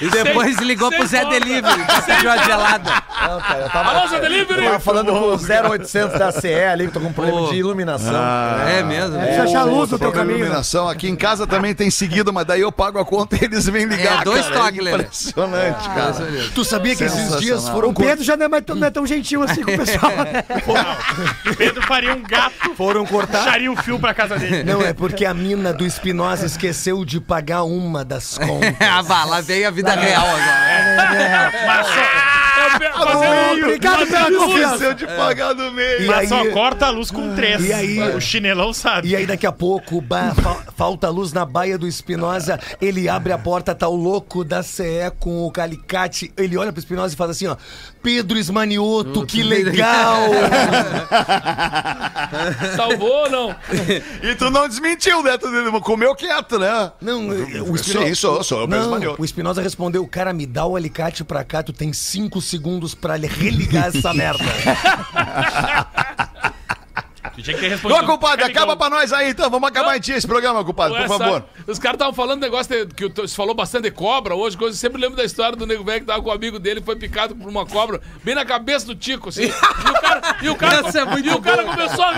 Speaker 8: E depois ligou pro Zé Delivery, pra pedir uma gelada.
Speaker 10: Eu tava,
Speaker 8: Alô, Zé Delivery!
Speaker 10: eu tava falando com o 0800 da CE ali, que tô com um problema de iluminação.
Speaker 2: Ah.
Speaker 10: É
Speaker 8: mesmo?
Speaker 10: É,
Speaker 2: Ô,
Speaker 10: achar luz
Speaker 2: outro
Speaker 10: no teu
Speaker 2: problema de
Speaker 10: caminho.
Speaker 2: iluminação. Aqui em casa também tem seguido, mas daí eu pago a conta e eles vêm ligar.
Speaker 8: É, dois
Speaker 2: cara.
Speaker 8: toques, Lelê. Ah,
Speaker 2: Impressionante, cara.
Speaker 10: Tu sabia
Speaker 2: que esses dias foram
Speaker 9: O Pedro já não é, mais tão, não é tão gentil assim com o pessoal, né?
Speaker 7: Pedro faria um gato.
Speaker 5: Foram cortar.
Speaker 7: Puxaria o fio pra casa dele.
Speaker 5: *laughs* Não, é porque a mina do Espinosa esqueceu de pagar uma das
Speaker 6: *laughs*
Speaker 5: contas.
Speaker 8: *laughs* ah, vá, lá veio a
Speaker 2: É.
Speaker 8: vida real agora.
Speaker 5: Ah,
Speaker 9: Obrigado pela confiança.
Speaker 8: É.
Speaker 2: de pagar no meio.
Speaker 5: E
Speaker 7: Mas só
Speaker 5: aí-
Speaker 7: corta a luz com três.
Speaker 5: Ah, E aí-
Speaker 7: o chinelão sabe.
Speaker 5: E aí daqui a pouco, bah, fa- falta luz na baia do Espinosa, ele abre a porta, tá o louco da CE com o calicate, ele olha pro Espinosa e faz assim, ó, Pedro Esmanioto, que legal!
Speaker 4: Salvou ou não?
Speaker 2: E tu não desmentiu, né? Tu comeu quieto, né?
Speaker 5: Não, o
Speaker 2: Sim,
Speaker 5: Espinosa...
Speaker 2: sou, sou, eu mesmo
Speaker 5: Não,
Speaker 2: manioto.
Speaker 5: o Espinosa respondeu, cara, me dá o alicate pra cá, tu tem cinco segundos pra ele religar essa merda.
Speaker 7: Tu tinha que ter respondido.
Speaker 2: Ô, compadre,
Speaker 7: Cara,
Speaker 2: acaba pra nós aí, então. Vamos acabar em ti esse programa, compadre, por
Speaker 4: Essa-
Speaker 2: favor.
Speaker 4: Os caras estavam falando um negócio de- que o- você falou bastante de cobra hoje, coisa. Eu sempre lembro da história do nego velho que tava com um amigo dele, foi picado por uma cobra, bem na cabeça do Tico, assim. E
Speaker 2: *laughs*
Speaker 4: o cara, e o cara,
Speaker 8: *laughs* Essa é muito
Speaker 4: e o cara
Speaker 8: boa.
Speaker 4: começou a.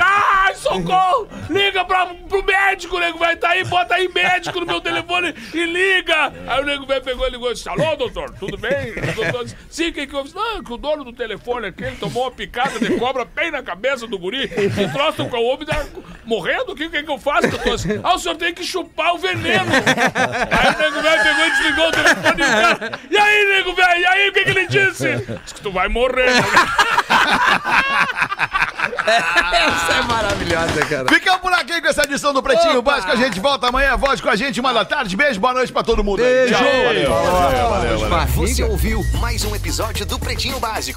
Speaker 4: Ai, socorro! Liga pra, pro médico, o nego velho tá aí, bota aí médico no meu telefone e liga! Aí o nego velho pegou e ligou e disse: Alô, doutor, tudo bem? O doutor disse: Sim, quem que eu Não, é que o dono do telefone aqui, ele tomou uma picada de cobra bem na cabeça do guri, e troço com o homem tá morrendo, o que, é que que eu faço, doutor? Ah, o senhor tem que chupar o veneno! Aí o nego velho pegou e desligou o telefone e o cara. E aí, nego velho, e aí, o que, que ele disse? Diz que tu vai morrer.
Speaker 2: Essa é maravilhosa, cara. Ficamos por aqui com essa edição do Pretinho
Speaker 1: Opa!
Speaker 2: Básico. A gente volta amanhã. Volte com a gente, uma da tarde. Beijo, boa noite pra todo mundo. aí.
Speaker 1: Beijo.
Speaker 2: Tchau. Valeu, valeu, valeu, valeu.
Speaker 15: Você ouviu mais um episódio do Pretinho Básico.